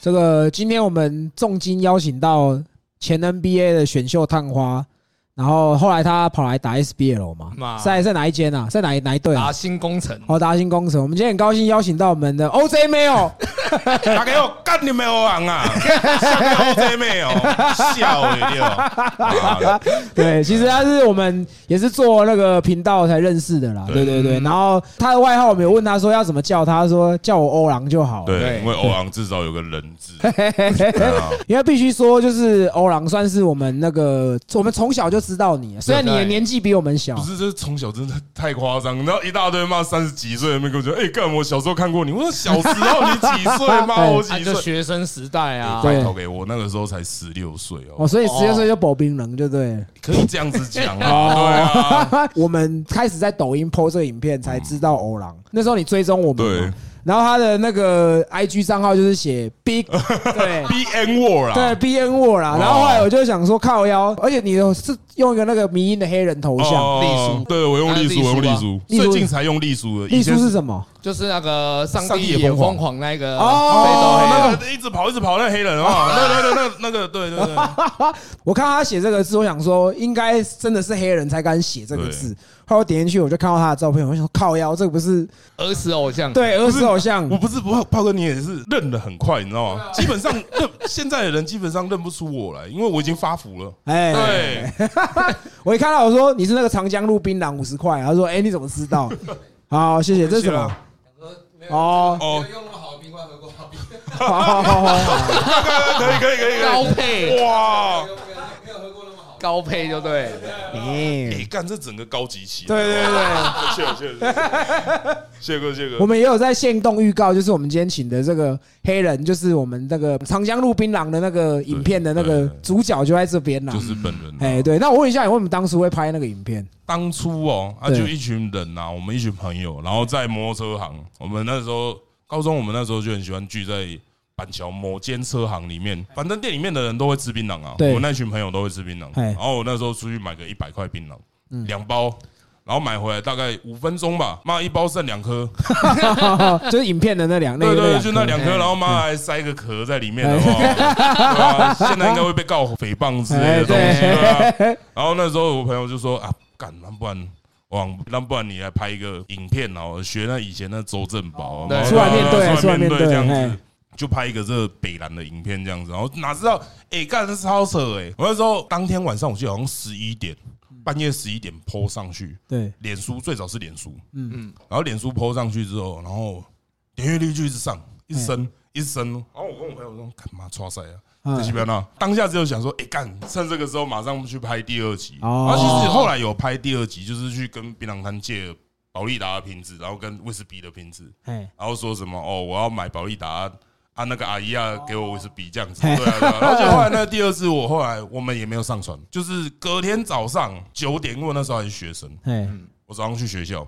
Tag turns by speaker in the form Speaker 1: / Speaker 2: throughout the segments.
Speaker 1: 这个今天我们重金邀请到前 NBA 的选秀探花，然后后来他跑来打 SBL 嘛，
Speaker 2: 嘛
Speaker 1: 在在哪一间啊？在哪一哪一队啊
Speaker 2: 达？新工程，
Speaker 1: 哦，达兴工程。我们今天很高兴邀请到我们的 OJ Mail，
Speaker 3: 打给我干你们欧昂啊！吓到 OJ 妹哦，笑哎呦！啊
Speaker 1: 对，其实他是我们也是做那个频道才认识的啦，对
Speaker 3: 对
Speaker 1: 对
Speaker 3: 嗯
Speaker 1: 对。然后他的外号我们有问他说要怎么叫他，他说叫我欧郎就好。
Speaker 3: 对，
Speaker 2: 对
Speaker 3: 因为欧昂至少有个人字，
Speaker 1: 因为必须说，就是欧郎算是我们那个，我们从小就知道你，虽然你的年纪比我们小
Speaker 3: 不，是这从小真的太夸张。然后一大堆骂三十几岁的妹跟我讲，哎，干我小时候看过你，我说小时候你几岁？妈，我
Speaker 2: 啊
Speaker 3: 几
Speaker 2: 就
Speaker 3: 岁？
Speaker 2: 学生时代啊，
Speaker 1: 对
Speaker 3: 拜托给我那个时候才十六岁
Speaker 1: 哦，
Speaker 3: 哦，
Speaker 1: 所以十六岁就保冰人，就对了。
Speaker 3: 可以这样子讲啊，
Speaker 1: 哦
Speaker 3: 对啊，
Speaker 1: 我们开始在抖音 PO 这个影片，才知道欧郎。那时候你追踪我们嘛，
Speaker 3: 对
Speaker 1: 然后他的那个 IG 账号就是写 Big，对。
Speaker 3: ，B N War
Speaker 1: 对
Speaker 3: 啦，
Speaker 1: B N 我啦，然后后来我就想说靠腰，而且你有是用一个那个迷因的黑人头像，
Speaker 3: 哦
Speaker 2: 栗书
Speaker 3: 对我用栗书，我用栗书，
Speaker 1: 栗书
Speaker 3: 最近才用栗书的，
Speaker 1: 秘
Speaker 3: 以
Speaker 1: 书
Speaker 3: 前
Speaker 1: 是什么？
Speaker 2: 就是那个上
Speaker 3: 上帝
Speaker 2: 帝
Speaker 3: 也
Speaker 2: 也
Speaker 3: 疯
Speaker 2: 疯狂那个
Speaker 1: 哦
Speaker 2: 非洲黑人
Speaker 3: 那个一直跑一直跑那黑人啊，那那那那那个对对对。
Speaker 1: 我看到他写这个字，我想说应该真的是黑人才敢写这个字。后来我点进去，我就看到他的照片，我想说靠腰，这个不是
Speaker 2: 儿时偶像，
Speaker 1: 对儿时偶像
Speaker 3: 我不是不炮哥，你也是认的很快，你知道吗？
Speaker 1: 啊
Speaker 3: 基本上 认现在的人基本上认不出我来，因为我已经发福了。
Speaker 1: 哎，
Speaker 3: 对，
Speaker 1: 我一看到我说你是那个长江路槟榔五十块，他说哎、你怎么知道？好，谢谢，这是什么？哦，
Speaker 3: 哦，
Speaker 4: 用过好的冰块喝过好冰，
Speaker 1: 好好好好好，
Speaker 3: 可以可以可以
Speaker 2: 高
Speaker 3: 可以，
Speaker 2: 配
Speaker 3: 哇！
Speaker 4: 没有喝过那么好。
Speaker 2: 高配就对，
Speaker 3: 哎，
Speaker 1: 哎，
Speaker 3: 干这整个高级起来，
Speaker 1: 对对对，
Speaker 3: 谢谢谢谢谢谢哥谢谢
Speaker 1: 我
Speaker 3: 哥，
Speaker 1: 们也有在限动预告，就是我们今天请的这个黑人，就是我们那个长江路槟榔的那个影片的那个主角就在这边啦
Speaker 3: 就。是本人。啊
Speaker 1: 哎，对，那我问一下，你为什么当初会拍那个影片？
Speaker 3: 当初哦，啊，
Speaker 1: 对
Speaker 3: 就一群人呐、啊，我们一群朋友，然后在摩托车行，我们那时候高中，我们那时候就很喜欢聚在板桥某间车行里面，反正店里面的人都会吃槟榔啊，
Speaker 1: 对
Speaker 3: 我那群朋友都会吃槟榔，
Speaker 1: 嘿嗯
Speaker 3: 然后我那时候出去买个一百块槟榔，两包。然后买回来大概五分钟吧，妈一包剩两颗，
Speaker 1: 就是影片的那两，那哎
Speaker 3: 对
Speaker 1: 个
Speaker 3: 对，就那两
Speaker 1: 个
Speaker 3: 颗，然后妈还塞个壳在里面 的话，对啊，现在应该会被告诽谤之类的东西，对啊
Speaker 1: 哎对，
Speaker 3: 然后那时候我朋友就说啊，干，那不然。往那不然你来拍一个影片哦，学那以前那周正宝，啊
Speaker 2: 对
Speaker 3: 然后
Speaker 2: 出来
Speaker 1: 面对
Speaker 3: 出来面
Speaker 1: 出来面对哎
Speaker 3: 这样
Speaker 1: 嘿
Speaker 3: 子，就拍一个这个北蓝的影片这样子，然后哪知道哎干这超扯哎！我那时候当天晚上我记得好像十一点，半夜十一点 PO 上去，
Speaker 1: 对，
Speaker 3: 脸书最早是脸书，
Speaker 1: 嗯
Speaker 3: 嗯嗯，然后脸书 PO 上去之后，然后点阅率就一直上，一直升，一直升。然后我跟我朋友说：“干嘛抓塞啊？
Speaker 1: 嗯
Speaker 3: 这期不要闹。”当下只有想说：“哎，干，趁这个时候马上去拍第二集。”然
Speaker 1: 哦
Speaker 3: 后其实后来有拍第二集，就是去跟槟榔摊借宝利达的瓶子，然后跟威士忌的瓶子，
Speaker 1: 哎，
Speaker 3: 然后说什么哦，我要买宝利达啊，那个阿姨啊，给我威士忌这样子，
Speaker 1: 嘿
Speaker 3: 对啊，对啊。然后就后来那个第二次，我后来我们也没有上传，就是隔天早上九点，因为那时候还是学生，
Speaker 1: 哎，
Speaker 3: 我早上去学校，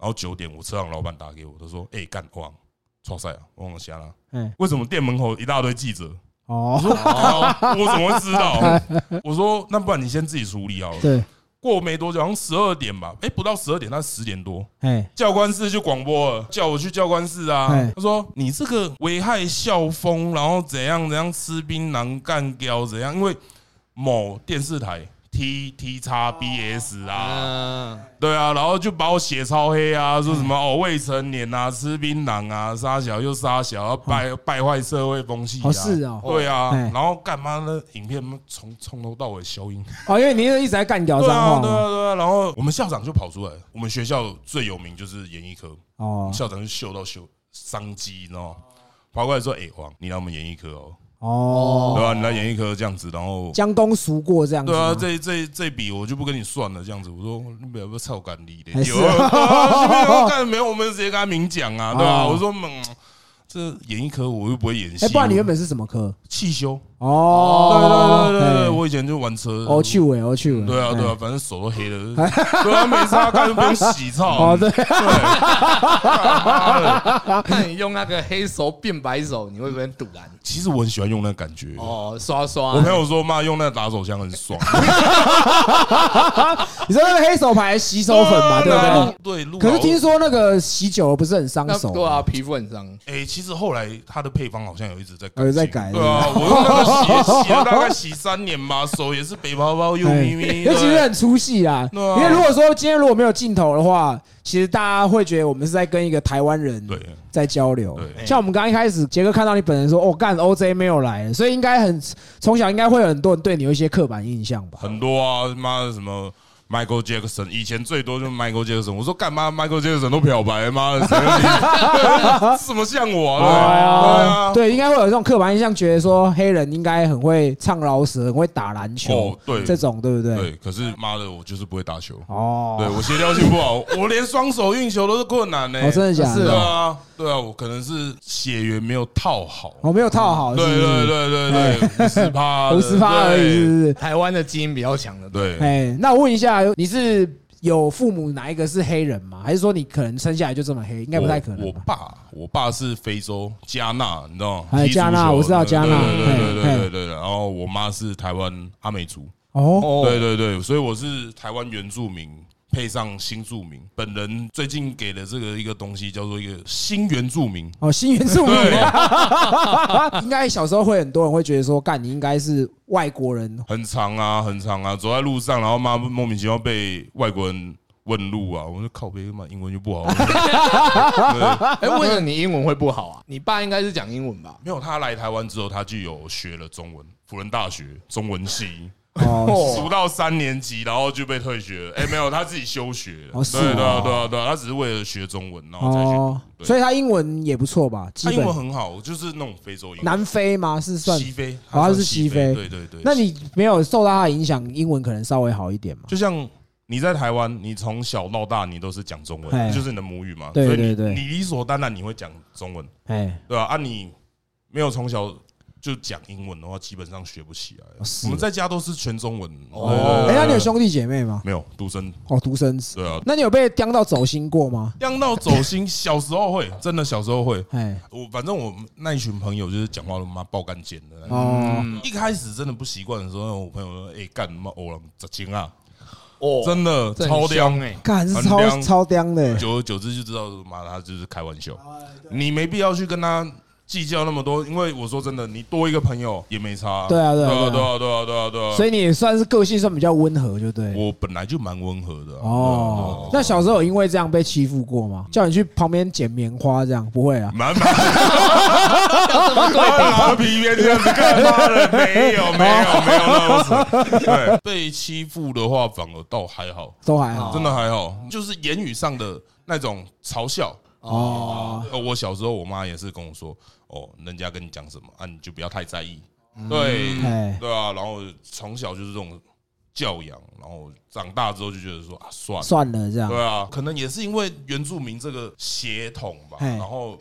Speaker 3: 然后九点我车行老板打给我，他说：“哎、干忘错赛啊，忘了瞎了。
Speaker 1: 嗯
Speaker 3: 为什么店门口一大堆记者？
Speaker 1: 哦，
Speaker 3: 我怎么会知道？我说那不然你先自己处理好了。
Speaker 1: 对，
Speaker 3: 过没多久，好像十二点吧，哎、不到十二点，那十点多，
Speaker 1: 哎，
Speaker 3: 教官室就广播了，叫我去教官室啊
Speaker 1: 哎。
Speaker 3: 他说你这个危害校风，然后怎样怎样吃槟榔干掉怎样，因为某电视台 T T x B S 啊。
Speaker 2: 嗯，
Speaker 3: 对啊，然后就把我写超黑啊，说什
Speaker 1: 嗯
Speaker 3: 么哦未成年啊，吃槟榔啊，杀小又杀小，然后败败坏社会风气啊。
Speaker 1: 嗯哦是哦
Speaker 3: 对啊
Speaker 1: 哎，
Speaker 3: 然后干嘛呢？影片从从头到尾 消音。
Speaker 1: 哦，因为你一直在干掉
Speaker 3: 对啊，
Speaker 1: 脏
Speaker 3: 对
Speaker 1: 话
Speaker 3: 啊，
Speaker 1: 嘛，
Speaker 3: 对啊。然后我们校长就跑出来，我们学校最有名就是演艺科，
Speaker 1: 哦，
Speaker 3: 校长就嗅到嗅商机，你知道吗？跑过来说：“哎，王，你来我们演艺科哦，
Speaker 1: 哦，
Speaker 3: 对啊，你来演艺科这样子，然后。”
Speaker 1: 将功赎过这样子
Speaker 3: 对
Speaker 1: 吗，
Speaker 3: 啊，这这这笔我就不跟你算了，这样子。我说你不要不要操干你的，
Speaker 1: 还是
Speaker 3: 有 啊啊没有干没有，我们直接跟他明讲啊，对吧、
Speaker 1: 哦
Speaker 3: 我说嗯，这演艺科我又不会演戏，
Speaker 1: 哎哎，不然你原本是什么科？
Speaker 3: 汽修
Speaker 1: 哦，
Speaker 3: 对对对对对，
Speaker 1: 嘿
Speaker 3: 我以前就玩车。
Speaker 1: 哎哦去尾哦去尾，
Speaker 3: 对啊
Speaker 1: 嘿
Speaker 3: 对啊，，反正手都黑了，对啊，没擦干就不用洗操。
Speaker 1: 哦对，
Speaker 2: 那你用那个黑手变白手，你会不会很堵然？
Speaker 3: 其实我很喜欢用那感觉。
Speaker 2: 哦，刷刷
Speaker 3: 我，朋友说，妈用那打手枪很 爽，
Speaker 1: 你知道那个黑手牌洗手粉嘛，对不
Speaker 3: 拿
Speaker 1: 对
Speaker 3: 路？
Speaker 1: 可
Speaker 3: 对，啊路
Speaker 1: 是
Speaker 3: 老
Speaker 1: 听说那个洗久了不是很伤
Speaker 2: 那
Speaker 1: 手，
Speaker 2: 对啊，皮肤很伤。
Speaker 3: 哎、其实后来他的配方好像有一直在改进，
Speaker 1: 哦有在改
Speaker 3: 对啊，我用那个洗洗了大概洗三年吧，手也是北包包又
Speaker 1: 对
Speaker 3: 咪 咪，
Speaker 1: 哎尤其是
Speaker 3: 对
Speaker 1: 很出戏啦。
Speaker 3: 对啊
Speaker 1: 因为如果说今天如果没有镜头的话，其实大家会觉得我们是在跟一个台湾人
Speaker 3: 对
Speaker 1: 在交流。
Speaker 3: 对
Speaker 1: 像我们刚一开始杰哥看到你本人说，哦，干 OJ 没有来，所以应该很从小应该会有很多人对你有一些刻板印象吧？
Speaker 3: 很多啊，妈的什么。Michael Jackson 以前最多就是 Michael Jackson，我说干嘛 Michael Jackson 都漂白，妈的谁会理 什么像我
Speaker 1: 哎
Speaker 3: 啊？对啊，
Speaker 1: 对，应该会有这种刻板印象，觉得说黑人应该很会唱饶舌，很会打篮球
Speaker 3: 哦，对
Speaker 1: 这种对不对？
Speaker 3: 对，可是妈的我就是不会打球，对
Speaker 1: 哦，
Speaker 3: 我协调性不好，我连双手运球都是困难呢、
Speaker 1: 哦，真的假
Speaker 2: 是
Speaker 3: 对
Speaker 1: 的？
Speaker 3: 啊，对啊，我可能是血缘没有套好，
Speaker 1: 我没有套好，
Speaker 3: 对
Speaker 1: 是不
Speaker 3: 对
Speaker 1: 是
Speaker 3: 对对对，五十趴，
Speaker 1: 五十趴而已，是不是？
Speaker 2: 台湾的基因比较强的，
Speaker 3: 对。对，
Speaker 1: 哎，那我问一下，你是有父母哪一个是黑人吗？还是说你可能生下来就这么黑？应该不太可
Speaker 3: 我
Speaker 1: 能
Speaker 3: 我
Speaker 1: 吧？
Speaker 3: 爸，我爸是非洲加纳，你知道吗？
Speaker 1: 哎
Speaker 3: 踢足球
Speaker 1: 加纳我知道
Speaker 3: 对
Speaker 1: 加纳
Speaker 3: 对对对
Speaker 1: 嘿
Speaker 3: 对
Speaker 1: 嘿
Speaker 3: 对对。然后我妈是台湾阿美族，
Speaker 1: 哦，
Speaker 2: 哦
Speaker 3: 对对对，所以我是台湾原住民。配上新住民，本人最近给了这个一个东西，叫做一个新原住民。
Speaker 1: 哦，新原住民
Speaker 3: 对，
Speaker 1: 应该小时候会很多人会觉得说，干你应该是外国人，
Speaker 3: 很长啊，很长啊，走在路上，然后妈莫名其妙被外国人问路啊，我说靠北，妈英文就不好，
Speaker 2: 哎，为什么你英文会不好啊？你爸应该是讲英文吧？
Speaker 3: 没有，他来台湾之后，他就有学了中文，辅仁大学中文系，
Speaker 1: 哦，
Speaker 3: 读到三年级，然后就被退学了。哎、没有，他自己休学了。
Speaker 1: 哦是
Speaker 3: 对对啊
Speaker 1: 哦
Speaker 3: 对啊对啊，他只是为了学中文，然后再去。
Speaker 1: 哦，
Speaker 3: 对
Speaker 1: 所以他英文也不错吧？基
Speaker 3: 他英
Speaker 1: 本
Speaker 3: 文很好，就是那种非洲英文。
Speaker 1: 南非吗？是算？
Speaker 3: 西非，
Speaker 1: 好像是
Speaker 3: 算
Speaker 1: 西非
Speaker 3: 非。对对对。
Speaker 1: 那你没有受到他的影响，英文可能稍微好一点嘛？
Speaker 3: 就像你在台湾，你从小到大你都是讲中
Speaker 1: 哎
Speaker 3: 文，就是你的母语嘛。
Speaker 1: 对
Speaker 3: 所以
Speaker 1: 对
Speaker 3: 你
Speaker 1: 对
Speaker 3: 你理所当然你会讲中文，
Speaker 1: 哎，
Speaker 3: 对吧、啊？你没有从小。就讲英文的话，基本上学不起来
Speaker 1: 哦。是
Speaker 3: 我们在家都是全中文。
Speaker 2: 哦
Speaker 3: 对对对
Speaker 1: 哎，
Speaker 3: 对
Speaker 1: 那你有兄弟姐妹吗？
Speaker 3: 没有独生，
Speaker 1: 哦，独生子。
Speaker 3: 对啊，
Speaker 1: 那你有被刁到走心过吗？
Speaker 3: 样到走心， 小时候会，真的小时候会。
Speaker 1: 哎，
Speaker 3: 我反正我那一群朋友就是讲话都妈爆干尖的那种，
Speaker 1: 哦，
Speaker 2: 嗯
Speaker 3: 一开始真的不习惯的时候，我朋友说：“哎，干嘛欧郎咋精啊？
Speaker 2: 哦
Speaker 3: 真的
Speaker 2: 这很
Speaker 3: 超
Speaker 2: 凶
Speaker 3: 凉。
Speaker 2: 哎，
Speaker 1: 干是
Speaker 3: 很
Speaker 1: 超
Speaker 3: 刁
Speaker 1: 超刁”的。
Speaker 3: 久而久之就知道，妈他就是开玩笑，
Speaker 1: 啊
Speaker 3: 你没必要去跟他计较那么多，因为我说真的，你多一个朋友也没差。
Speaker 1: 对啊对
Speaker 3: 对
Speaker 1: 啊
Speaker 3: 啊，
Speaker 1: 对
Speaker 3: 对
Speaker 1: 啊
Speaker 3: 啊，对啊，对啊，对啊。
Speaker 1: 所以你也算是个性算比较温和，就对。
Speaker 3: 我本来就蛮温和的啊。
Speaker 1: 哦，那小时候有因为这样被欺负过吗？叫你去旁边捡棉花这样？不会啊。
Speaker 3: 蛮 蛮，拿皮鞭这样子干嘛的？
Speaker 1: 哦
Speaker 3: 没有没有没有那种事。对， 被欺负的话反而倒还好，
Speaker 1: 都还好
Speaker 3: 真的还好，就是言语上的那种嘲笑。
Speaker 1: 哦，
Speaker 3: 呃，我小时候我妈也是跟我说，哦，人家跟你讲什么啊，你就不要太在意。
Speaker 2: 哦
Speaker 3: 对
Speaker 2: 嗯
Speaker 1: 哎
Speaker 3: 对啊，然后从小就是这种教养，然后长大之后就觉得说啊，算了。
Speaker 1: 算了这样
Speaker 3: 对啊，可能也是因为原住民这个血统吧，
Speaker 1: 嘿
Speaker 3: 然后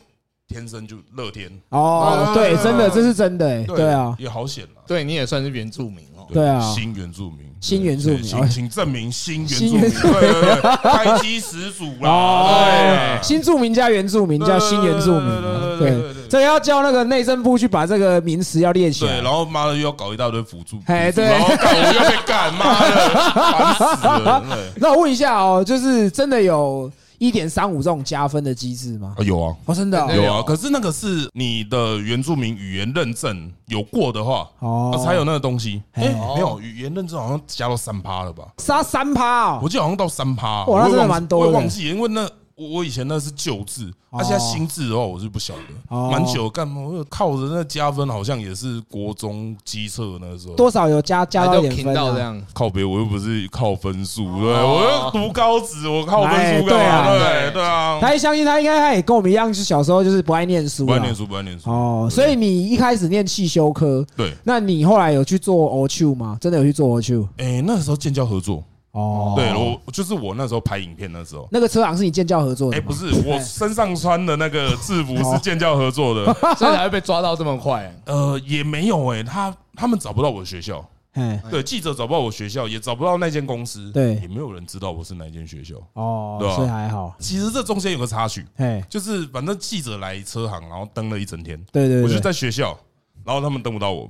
Speaker 3: 天生就乐天，
Speaker 1: 哦，对，
Speaker 3: 对对对
Speaker 1: 真的这是真的欸，对啊，
Speaker 3: 也好险啊。
Speaker 2: 对你也算是原住民哦。
Speaker 1: 对啊
Speaker 3: 新原住民，
Speaker 1: 新原住民
Speaker 3: 对
Speaker 1: 哦
Speaker 3: 请请证明新原
Speaker 1: 新
Speaker 3: 住民，
Speaker 1: 原
Speaker 3: 对
Speaker 1: 住民
Speaker 3: 对对，对开机始祖啦，
Speaker 1: 哦，
Speaker 3: 对啊
Speaker 1: 新住民加原住民
Speaker 3: 对
Speaker 1: 叫新原住民啊，
Speaker 3: 对对对
Speaker 1: 对
Speaker 3: 对，对
Speaker 1: 这个要叫那个内政部去把这个名词要列起
Speaker 3: 对，
Speaker 1: 来
Speaker 3: 然。后妈的又要搞一大堆辅助，
Speaker 1: 嘿
Speaker 3: 辅助
Speaker 1: 对
Speaker 3: 然后干我又被干，妈的，烦死了，真的
Speaker 1: 那我问一下哦，就是真的有一点三五这种加分的机制吗
Speaker 3: 啊？有啊。
Speaker 1: 哦，真的哦
Speaker 2: 对
Speaker 3: 有啊，可是那个是你的原住民语言认证有过的话，
Speaker 1: 哦
Speaker 3: 啊才有那个东西。
Speaker 1: 嘿
Speaker 3: 哎，没有语言认证好像加到三趴了吧？
Speaker 1: 杀三趴哦
Speaker 3: 我，记得好像到三
Speaker 1: 哇
Speaker 3: 趴，我
Speaker 1: 那
Speaker 3: 也
Speaker 1: 真的
Speaker 3: 忘
Speaker 1: 蛮多
Speaker 3: 我
Speaker 1: 的
Speaker 3: 也忘记，因为那我我以前那是旧制，
Speaker 1: 哦
Speaker 3: 那现在新制的话我是不晓得，
Speaker 1: 哦
Speaker 3: 蛮久干嘛？我有靠着那加分，好像也是国中机测那时候。
Speaker 1: 多少有加加
Speaker 2: 他
Speaker 1: 到一
Speaker 2: 就
Speaker 1: 点
Speaker 2: 听
Speaker 1: 分
Speaker 2: 到这
Speaker 1: 啊。
Speaker 2: 样，
Speaker 3: 靠别，我又不是靠分数，对，我又读高职，我靠分
Speaker 1: 哦哎
Speaker 3: 数干嘛？
Speaker 1: 对
Speaker 2: 啊
Speaker 3: 对对啊，
Speaker 1: 他一相信他应该他也跟我们一样，是小时候就是不爱念书
Speaker 3: 不爱
Speaker 1: 啦。
Speaker 3: 念书，不爱念书。
Speaker 1: 哦，
Speaker 3: 对
Speaker 1: 所以你一开始念汽修科，
Speaker 3: 对，
Speaker 1: 那你后来有去做 O 修吗？真的有去做 O 修？
Speaker 3: 哎，那时候建教合作，
Speaker 1: 哦，
Speaker 3: 对我就是我那时候拍影片那时候，
Speaker 1: 那个车行是你建教合作的
Speaker 3: 哎，
Speaker 1: 吗？哦
Speaker 3: 不是我身上穿的那个制服是建教合作 的，
Speaker 2: 所以才会被抓到这么快。
Speaker 3: 呃，也没有哎，他他们找不到我的学校，
Speaker 1: 哎，
Speaker 3: 对，记者找不到我学校，也找不到那间公司，
Speaker 1: 对
Speaker 3: 也没有人知道我是哪间学校。
Speaker 1: 哦
Speaker 3: 对，啊
Speaker 1: 所以还好，
Speaker 3: 其实这中间有个插曲，
Speaker 1: 哎，
Speaker 3: 就是反正记者来车行，然后登了一整天，
Speaker 1: 对对
Speaker 3: 我就
Speaker 1: 对，
Speaker 3: 在学校，然后他们登不到我，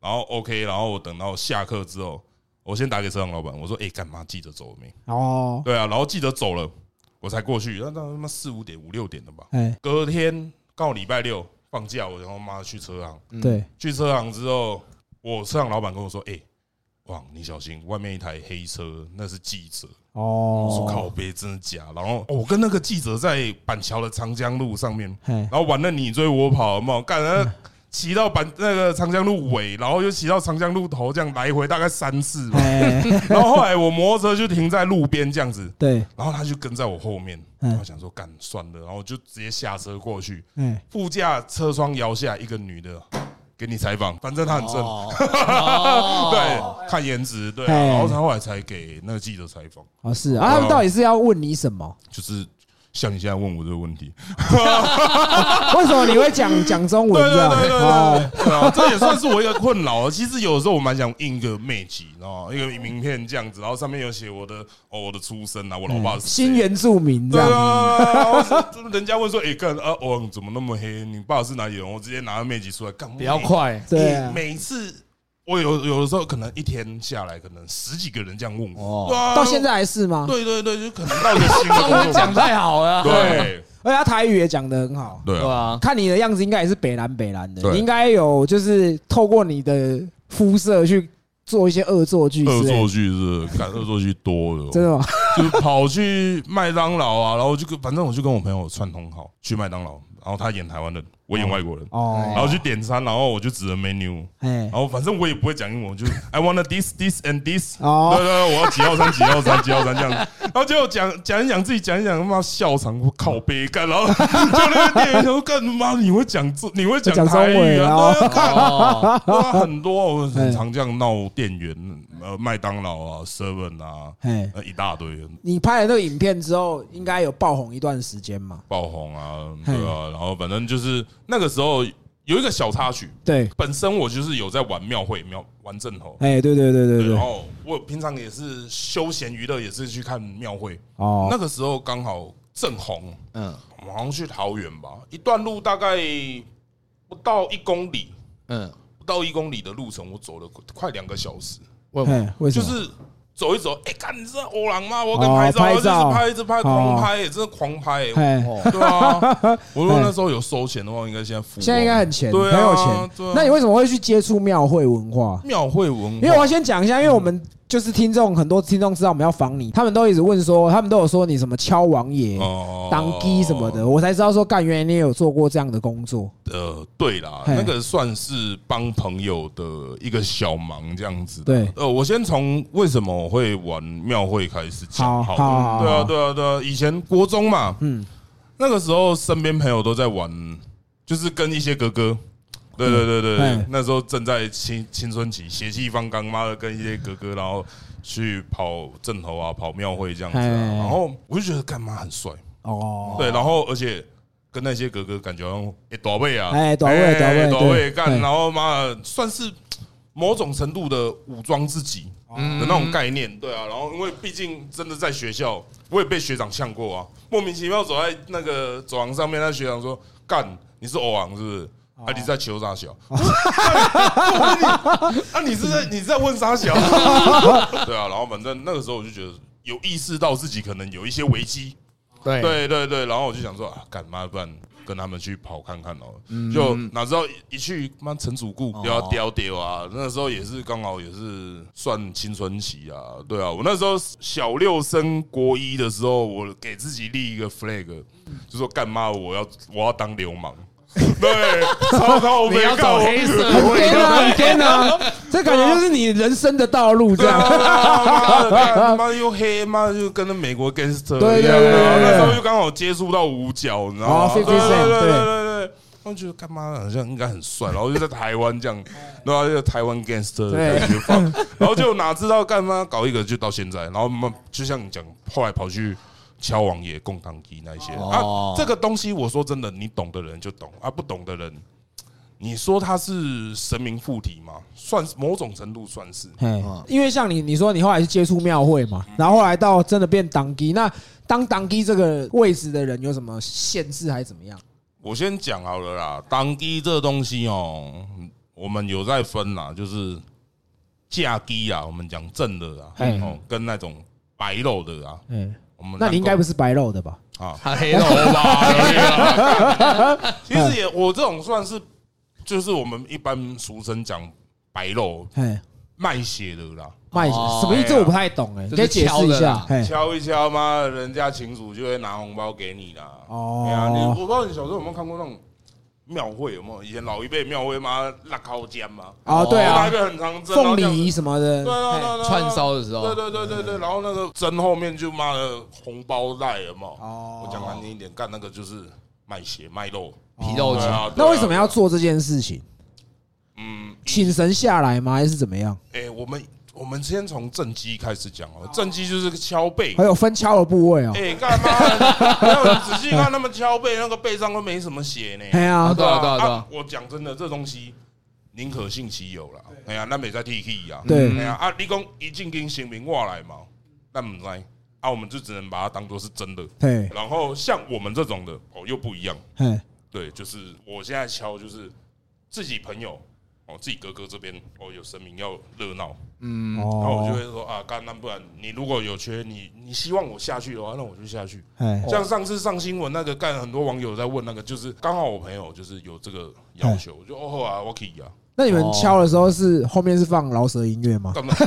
Speaker 3: 然后 OK，然后我等到下课之后，我先打给车行老板，我说：“哎，干嘛记者走了没
Speaker 1: 哦？”，
Speaker 3: 对啊，然后记者走了，我才过去，那那他妈四五点五六点了吧？
Speaker 1: 哎，
Speaker 3: 隔天告礼拜六放假，我然后妈去车行，
Speaker 1: 对，
Speaker 3: 去车行之后，我车行老板跟我说：“哎，哇，你小心，外面一台黑车，那是记者。”我说
Speaker 1: 哦，
Speaker 3: 靠背真的假？然后哦我跟那个记者在板桥的长江路上面，
Speaker 1: 嘿嗯
Speaker 3: 然，后玩了你追我跑，有没有干？然后骑到板那个长江路尾，然后又骑到长江路头，这样来回大概三次吧。
Speaker 1: 哎，
Speaker 3: 然后后来我摩托车就停在路边这样子，
Speaker 1: 对，
Speaker 3: 然后他就跟在我后面，
Speaker 1: 嗯
Speaker 3: 然后想说干算了，然后我就直接下车过去，
Speaker 1: 哎，
Speaker 3: 副驾车窗摇下一个女的给你采访，反正她很正，
Speaker 2: 哦，
Speaker 3: 对，看颜值，对啊，
Speaker 1: 嘿
Speaker 3: 然后她后来才给那个记者采访。
Speaker 1: 哦是啊，他们到底是要问你什么？
Speaker 3: 就是像你现在问我这个问题，
Speaker 1: 为什么你会讲讲中文
Speaker 3: 对
Speaker 1: 这
Speaker 3: 对
Speaker 1: 样？
Speaker 3: 对对
Speaker 1: 哦，
Speaker 3: 对，对啊，这也算是我一个困扰啊。其实有的时候我蛮想印个妹集，你知道吗？一个名片这样子，然后上面有写我的哦，我的出身啊，我老爸是谁
Speaker 1: 嗯新。原住民这
Speaker 3: 对啊，
Speaker 1: 样，
Speaker 3: 然后人家问说：“哎，干啊，哦，怎么那么黑？你爸是哪里人？”我直接拿个妹集出来干，
Speaker 2: 比较
Speaker 3: 每。
Speaker 2: 快。
Speaker 1: 对啊
Speaker 3: 每每次我有有的时候可能一天下来，可能十几个人这样问我
Speaker 2: 哦。
Speaker 3: 对啊
Speaker 1: 到现，在还是吗？
Speaker 3: 对对对，就可能到一个新的
Speaker 2: 中
Speaker 3: 工
Speaker 2: 文
Speaker 3: 作
Speaker 2: 讲太好了啊，
Speaker 3: 对
Speaker 1: 而且他台语也讲得很好。
Speaker 3: 对
Speaker 2: 对
Speaker 3: 啊，
Speaker 2: 啊，
Speaker 1: 看你的样子，应该也是北蓝北蓝的，
Speaker 3: 对
Speaker 1: 你应该有就是透过你的肤色去做一些恶作剧
Speaker 3: 恶
Speaker 1: 之类
Speaker 3: 作
Speaker 1: 的，
Speaker 3: 剧哦是干恶作剧多了，
Speaker 1: 真的吗？
Speaker 3: 就是跑去麦当劳啊，然后就跟反正我就跟我朋友串通好去麦当劳，然后他演台湾人，我演外国人，然
Speaker 1: 哦，
Speaker 3: 后去点餐，然后我就指着 menu，
Speaker 1: 哎
Speaker 3: 然，后反正我也不会讲英文，我就 I want this this and this，
Speaker 1: 哦
Speaker 3: 对对对，我要几号餐几号餐几号 餐这样，然后结果讲讲一讲自己讲一讲，他妈笑场，我靠杯干，然后就那个店员说干妈你会讲这你会
Speaker 1: 讲
Speaker 3: 讲
Speaker 1: 中
Speaker 3: 台语
Speaker 1: 文
Speaker 3: 啊
Speaker 1: 哦？
Speaker 3: 对啊看
Speaker 2: 哦，
Speaker 3: 对啊，很多我很常这样闹店员，呃，麦当劳啊，seven 啊，
Speaker 1: 哎，
Speaker 3: 呃，一大堆
Speaker 1: 你拍了那个影片之后，应该有爆红一段时间嘛？
Speaker 3: 爆红啊，
Speaker 1: 哎
Speaker 3: 对啊，然后反正就是那个时候有一个小插曲，
Speaker 1: 对，
Speaker 3: 本身我就是有在玩庙会庙玩正头，
Speaker 1: 哎，对对对对
Speaker 3: 对，然
Speaker 1: 对，
Speaker 3: 后我平常也是休闲娱乐，也是去看庙会。
Speaker 1: 哦，
Speaker 3: 那个时候刚好正红，
Speaker 2: 嗯
Speaker 3: 我们好像去桃园吧，一段路大概不到一公里，
Speaker 2: 嗯，
Speaker 3: 不到一公里的路程，我走了快两个小时。
Speaker 2: 问我
Speaker 1: 哎，为什
Speaker 3: 就
Speaker 1: 么？
Speaker 3: 是走一走，哎，看你这欧郎吗？我跟
Speaker 1: 哦
Speaker 3: 拍照，
Speaker 1: 拍
Speaker 3: 然后就是
Speaker 1: 照
Speaker 3: 拍，一直拍，
Speaker 1: 哦
Speaker 3: 狂拍，真的狂拍，哎
Speaker 1: 哎，
Speaker 2: 哦
Speaker 3: 对 啊。我如果那时候有收钱的话，应该现在富翁，
Speaker 1: 现在应该很钱，很
Speaker 3: 对啊
Speaker 1: 有钱
Speaker 3: 对啊。
Speaker 1: 那你为什么会去接触庙会文化？
Speaker 3: 庙会文化，
Speaker 1: 因为我要先讲一下，因为我们就是听众，很多听众知道我们要防你，他们都一直问说，他们都有说你什么敲王爷、
Speaker 3: 哦
Speaker 1: 当机什么的，，我才知道说干原来你也有做过这样的工作。
Speaker 3: 呃，对啦，
Speaker 1: 嘿
Speaker 3: 那个算是帮朋友的一个小忙这样子。
Speaker 1: 对，
Speaker 3: 呃，我先从为什么我会玩庙会开始讲
Speaker 1: 好
Speaker 3: 了
Speaker 1: 好好好
Speaker 3: 对啊，对啊，对啊，以前国中嘛，
Speaker 1: 嗯，
Speaker 3: 那个时候身边朋友都在玩，就是跟一些哥哥。对对对对
Speaker 1: 嗯
Speaker 3: 对，那时候正在青青春期，血气方刚，妈的跟一些哥哥，然后去跑正头啊，跑庙会这样子、啊，
Speaker 1: 嘿
Speaker 3: 然后我就觉得干妈很帅，
Speaker 1: 哦，
Speaker 3: 对，然后而且跟那些哥哥感觉好像哎短位啊，
Speaker 1: 哎短位短位
Speaker 3: 哎短
Speaker 1: 对
Speaker 3: 位干，
Speaker 1: 对
Speaker 3: 然后妈的算是某种程度的武装自己嗯的那种概念，对啊，然后因为毕竟真的在学校，我也被学长呛过啊，莫名其妙走在那个走廊上面，那学长说干你是欧王是不是？
Speaker 1: 哦
Speaker 3: 啊！你在求啥小？我说干你啊！你是在你是在问啥 小？ 对啊，然后反正那个时候我就觉得有意识到自己可能有一些危机，
Speaker 2: 对
Speaker 3: 对对对，然后我就想说啊，干嘛不然跟他们去跑看看哦，
Speaker 2: 嗯
Speaker 3: 就哪知道一一去妈陈主顾又要丢丢
Speaker 2: 哦
Speaker 3: 啊，那时候也是刚好也是算青春期啊，对啊，我那时候小六升国一的时候，我给自己立一个 flag，就说干嘛我要我要当 流氓，对，超靠
Speaker 2: 你
Speaker 3: 背
Speaker 2: 要
Speaker 3: 干
Speaker 2: 走
Speaker 3: 我
Speaker 2: 黑社
Speaker 1: 很
Speaker 2: 会，
Speaker 1: 天
Speaker 2: 对不
Speaker 1: 啊，很
Speaker 2: 对？
Speaker 1: 天啊， 这感觉就是你人生的道路这
Speaker 3: 对啊，
Speaker 1: 样。
Speaker 3: 妈的干妈又黑，妈就跟那美国 gangster
Speaker 1: 对
Speaker 3: 一样
Speaker 1: 对
Speaker 3: 啊。
Speaker 1: 对对对
Speaker 3: 那时候就刚好接触到五角，你知道
Speaker 1: 哦
Speaker 3: 吗？
Speaker 1: 50
Speaker 3: 对对
Speaker 1: Cent，
Speaker 3: 对对
Speaker 1: 对
Speaker 3: 对对，我觉得干妈好像应该很帅，然后就在台湾这样，对吧、啊？就台湾 gangster 的
Speaker 1: 对
Speaker 3: 感觉放，然后就哪知道干嘛搞一个就到现在，然后慢就像你讲，后来跑去敲王爷、供堂鸡那一些
Speaker 2: 哦
Speaker 3: 啊，这个东西我说真的，你懂的人就懂啊，不懂的人，你说他是神明附体吗？算是某种程度算是，
Speaker 1: 嘿，因为像你，你说你后来是接触庙会嘛，然后后来到真的变党基，那当党基这个位置的人有什么限制还是怎么样？
Speaker 3: 我先讲好了啦，当地这东西哦，我们有在分啦，就是嫁鸡啊，我们讲正的啊，
Speaker 1: 嗯
Speaker 3: 哦，跟那种白肉的啊，
Speaker 1: 嗯，
Speaker 3: 我们
Speaker 1: 那你应该不
Speaker 3: 是
Speaker 1: 是白肉的吧？
Speaker 3: 啊，
Speaker 2: 他黑了啊
Speaker 3: 吧？其实也我这种算是，就是我们一般俗称讲白肉
Speaker 1: 嘿，
Speaker 3: 卖血的啦，
Speaker 1: 卖血
Speaker 2: 哦
Speaker 1: 什么意思？
Speaker 3: 哎呀
Speaker 1: 我不太懂哎，你可以
Speaker 2: 就是
Speaker 1: 解
Speaker 2: 敲
Speaker 1: 释一
Speaker 2: 的
Speaker 1: 下
Speaker 2: 啦。
Speaker 1: 嘿，
Speaker 3: 敲一敲，妈的，人家情主就会拿红包给你啦。
Speaker 1: 哦
Speaker 3: 对啊，你我不知道你小时候有没有看过那种庙会，有没有以前老一辈庙会妈拉靠肩嘛？
Speaker 1: 哦，对
Speaker 3: 拿
Speaker 1: 啊
Speaker 3: 一，个很长针，
Speaker 1: 凤
Speaker 3: 然后这
Speaker 1: 梨
Speaker 3: 样子
Speaker 1: 什么的，
Speaker 3: 对啊，对啊对啊对啊
Speaker 2: 串烧的时
Speaker 3: 对
Speaker 2: 候，
Speaker 3: 对对对对，然后那个针后面就妈的红包袋了嘛。
Speaker 1: 哦
Speaker 3: 我讲难听一点，干那个就是卖血卖肉。
Speaker 2: 皮肉
Speaker 3: 对
Speaker 2: 鸡
Speaker 3: 啊
Speaker 1: 那为什么要？做这件事情？
Speaker 3: 嗯，
Speaker 1: 请神下来吗？还是怎么样？
Speaker 3: 哎，我们我们先从正畸开始讲哦，正畸就是个敲背
Speaker 1: 还。有分敲的部位哦。
Speaker 3: 哎，干嘛？没有你仔细看他们敲背，那个背上都没什么血呢。
Speaker 1: 哎呀
Speaker 2: 啊， 对啊对啊对啊
Speaker 3: 我讲真的，这东西宁可信其有啦。哎呀，那没在 T K 呀。
Speaker 1: 对
Speaker 3: 哎呀，啊，你讲一进跟行明我来嘛，那唔知道啊，我们就只能把它当做是真的。
Speaker 1: 对，
Speaker 3: 然后像我们这种的哦，又不一样。
Speaker 1: 嘿，
Speaker 3: 对，就是我现在敲就是自己朋友哦，自己哥哥这边哦有神明要热闹，
Speaker 2: 嗯，
Speaker 1: 哦
Speaker 3: 然后我就会说啊，干那不然你如果有缺，你你希望我下去的话，那我就下去。
Speaker 1: 哎，
Speaker 3: 像上次上新闻那个，干很多网友在问那个，就是刚好我朋友就是有这个要
Speaker 1: 嗯
Speaker 3: 求，我就哦好啊，我可以啊，
Speaker 1: 那你们敲的时候是后面是放饶舌音乐吗？
Speaker 3: 干嘛？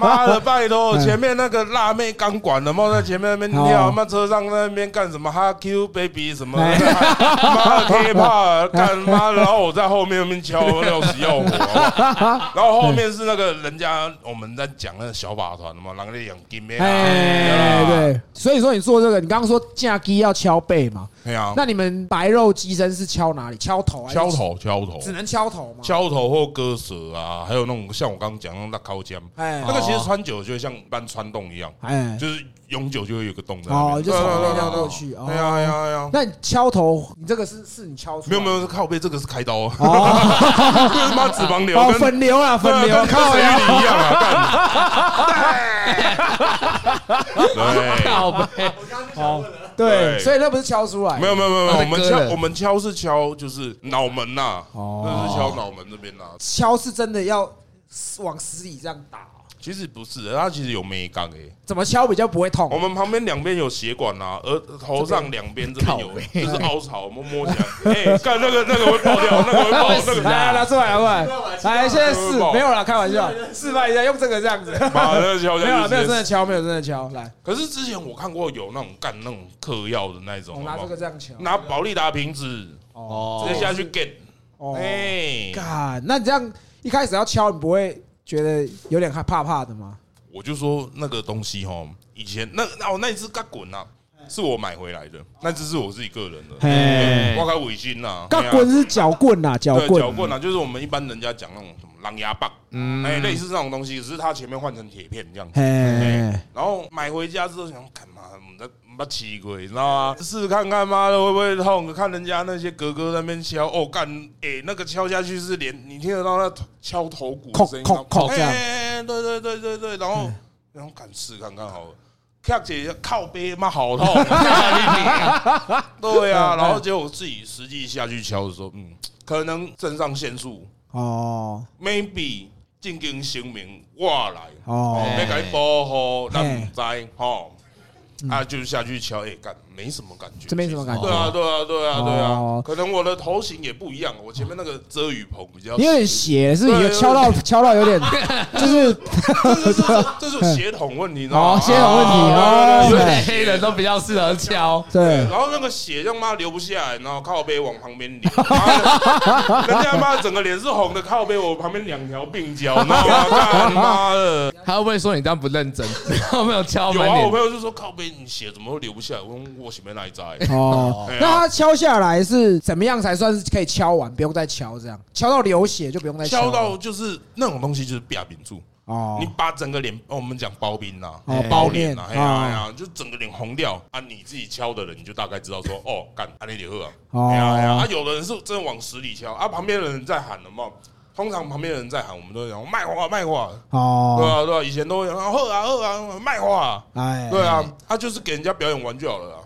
Speaker 3: 妈的，拜托！前面那个辣妹钢管的，猫在前面那边
Speaker 1: 哦哎
Speaker 3: 跳，妈车上那边干什么哈 Q baby 什么， 妈的 K-pop 干妈，然后我在后面那边敲要死要活，好不 好然后后面是那个人家我们在讲那个小法团的嘛，那个在讲金妹
Speaker 1: 哎，
Speaker 3: 啊，
Speaker 1: 对，所以说你做这个，你刚刚说架鸡要敲背嘛？
Speaker 3: 对啊，
Speaker 1: 那你们白肉鸡身是敲哪里？敲头还是？
Speaker 3: 敲，头敲头
Speaker 1: 只能敲头吗？
Speaker 3: 敲头或割舌啊，还有那种像我刚刚讲的那靠肩，
Speaker 1: 哎
Speaker 3: 那个其实穿久了就会像搬穿洞一样，
Speaker 1: 哎，
Speaker 3: 就是永久就会有个洞在那边。
Speaker 1: 哦，就从
Speaker 3: 对啊
Speaker 1: 那
Speaker 3: 对
Speaker 1: 边这
Speaker 3: 啊
Speaker 1: 样
Speaker 3: 对啊
Speaker 1: 过去。哦
Speaker 3: 哎呀哎呀哎呀！
Speaker 1: 那你敲头，你这个是是你敲出
Speaker 3: 没
Speaker 1: 来
Speaker 3: 有
Speaker 1: 的
Speaker 3: 没有，靠背这个是开刀啊，
Speaker 1: 哦，
Speaker 3: 这是 妈脂肪瘤
Speaker 1: 哦，
Speaker 3: 跟
Speaker 1: 分流啦，
Speaker 3: 对啊
Speaker 1: 分哦流，
Speaker 3: 跟靠
Speaker 1: 靠
Speaker 3: 背
Speaker 1: 呀，
Speaker 3: 一样啊，干对，
Speaker 2: 靠背，
Speaker 1: 对，
Speaker 3: 对
Speaker 1: 所以那不是敲出来，
Speaker 3: 没有没有没有，没有我们
Speaker 2: 他在割
Speaker 3: 敲
Speaker 2: 了
Speaker 3: 我们敲是敲就是脑门呐，
Speaker 1: 哦
Speaker 3: 那是敲脑门这边呐。
Speaker 1: 敲是真的要往死里这样打哦，
Speaker 3: 其实不是，它其实有美感欸诶。
Speaker 1: 怎么敲比较不会痛
Speaker 3: 我？们旁边两边有血管呐、啊，额头上两边这边有
Speaker 2: 靠背，
Speaker 3: 就是凹槽，摸摸起来，哎，干那个那个会爆掉，那个会爆，那
Speaker 2: 会死
Speaker 3: 个
Speaker 2: 啊
Speaker 1: 来来拿出来，拿出来，来现在试
Speaker 3: 会爆
Speaker 1: 没有啦，开玩笑，示范一下，用这个这 样子，
Speaker 3: 把那个敲
Speaker 1: 没有啦，
Speaker 3: 下去
Speaker 1: 没有真
Speaker 3: 直接。
Speaker 1: 的敲，没有真的敲，来，
Speaker 3: 可是之前我看过有那种干那种嗑药的那
Speaker 1: 我
Speaker 3: 种，
Speaker 1: 拿
Speaker 3: 好
Speaker 1: 这
Speaker 3: 不好
Speaker 1: 个这样敲，
Speaker 3: 拿保利达瓶子
Speaker 2: 哦
Speaker 3: 直接下去 get，
Speaker 1: 哦，
Speaker 3: 哎，
Speaker 1: 干，那你这样一开始要敲，你不会觉得有点害怕怕的吗？
Speaker 3: 我就说那个东西哦，以前那那我那一只嘎滚啊，是我买回来的，那只是我自己个人的，
Speaker 1: 嘿，
Speaker 3: 挖开尾巾呐，
Speaker 1: 干滚是脚棍啦，脚
Speaker 3: 对
Speaker 1: 棍，
Speaker 3: 脚棍啊，就是我们一般人家讲那种什么狼牙棒，
Speaker 2: 嗯
Speaker 3: 哎，类似这种东西，只是它前面换成铁片这样子。
Speaker 1: 嘿，
Speaker 3: 然后买回家之后想，干嘛？我们在把奇过，你知道吗？试试看看，妈的会不会痛？看人家那些哥哥在那边敲，哦干，哎，那个敲下去是连你听得到那头敲头骨的声音，
Speaker 1: 叩
Speaker 3: 然后
Speaker 1: 叩叩这样嗯
Speaker 3: 哎哎对对对对对，然后然后敢试看看好了。看姐靠背妈好 痛，对
Speaker 1: 嗯
Speaker 3: 啊，然后结果自己实际下去敲的时候，嗯，可能肾上腺素
Speaker 1: 哦，
Speaker 3: maybe 进经声明我来，
Speaker 1: 哦
Speaker 3: 哦，要给你保护，咱
Speaker 1: 嘿嗯
Speaker 3: 唔知吼，啊，就下去敲，哎，感没什么感觉，
Speaker 1: 这没什么感觉
Speaker 3: 对啊，对啊，对啊，对
Speaker 1: 哦
Speaker 3: 啊，可能我的头型也不一样，我前面那个遮雨棚比较，
Speaker 1: 你有点斜，是不是？
Speaker 3: 对
Speaker 1: 有敲到敲到有 点，就是
Speaker 3: 这是这是 这是血统问题，你知道
Speaker 1: 哦，
Speaker 3: 吗啊
Speaker 1: 血统问题哦，
Speaker 2: 所
Speaker 1: 对
Speaker 2: 以黑人都比较适合敲，
Speaker 1: 对
Speaker 3: 然后那个血让妈流不下来，然后靠背往旁边流，妈的人家妈整个脸是红的，靠背我旁边两条鬓角，你 知道吗？干妈的，
Speaker 2: 他会不会说你这样不认真？有没有敲
Speaker 3: 有啊，
Speaker 2: 满
Speaker 1: 哦
Speaker 3: 我朋
Speaker 2: 脸？
Speaker 3: 友就说靠背你血怎么会流不下来？我说我血没来摘。
Speaker 1: 哦，
Speaker 3: 对啊
Speaker 1: 那它敲下来是怎么样才算是可以敲完，不用再敲这样？敲到流血就不用再
Speaker 3: 敲
Speaker 1: 了
Speaker 3: 到就是那种东西，就是把柄住，
Speaker 1: 哦
Speaker 3: 你把整个脸，哦我们讲包冰啦，
Speaker 1: 哦
Speaker 3: 包
Speaker 1: 包
Speaker 3: 脸
Speaker 1: 面
Speaker 3: 啦，哎呀哎
Speaker 1: 啊
Speaker 3: 呀，就整个脸红掉啊！你自己敲的人，你就大概知道说，哦，干安利里赫啊，
Speaker 1: 哦
Speaker 3: 哎呀哎呀，啊，有的人是真的往死里敲啊，旁边的人在喊了嘛，通常旁边的人在喊，我们都会讲哦卖花卖花，对
Speaker 1: 哦，
Speaker 3: 啊对啊，以前都会讲喝啊喝啊卖花啊，
Speaker 1: 哎，
Speaker 3: 对啊，他就是给人家表演玩就好了啦。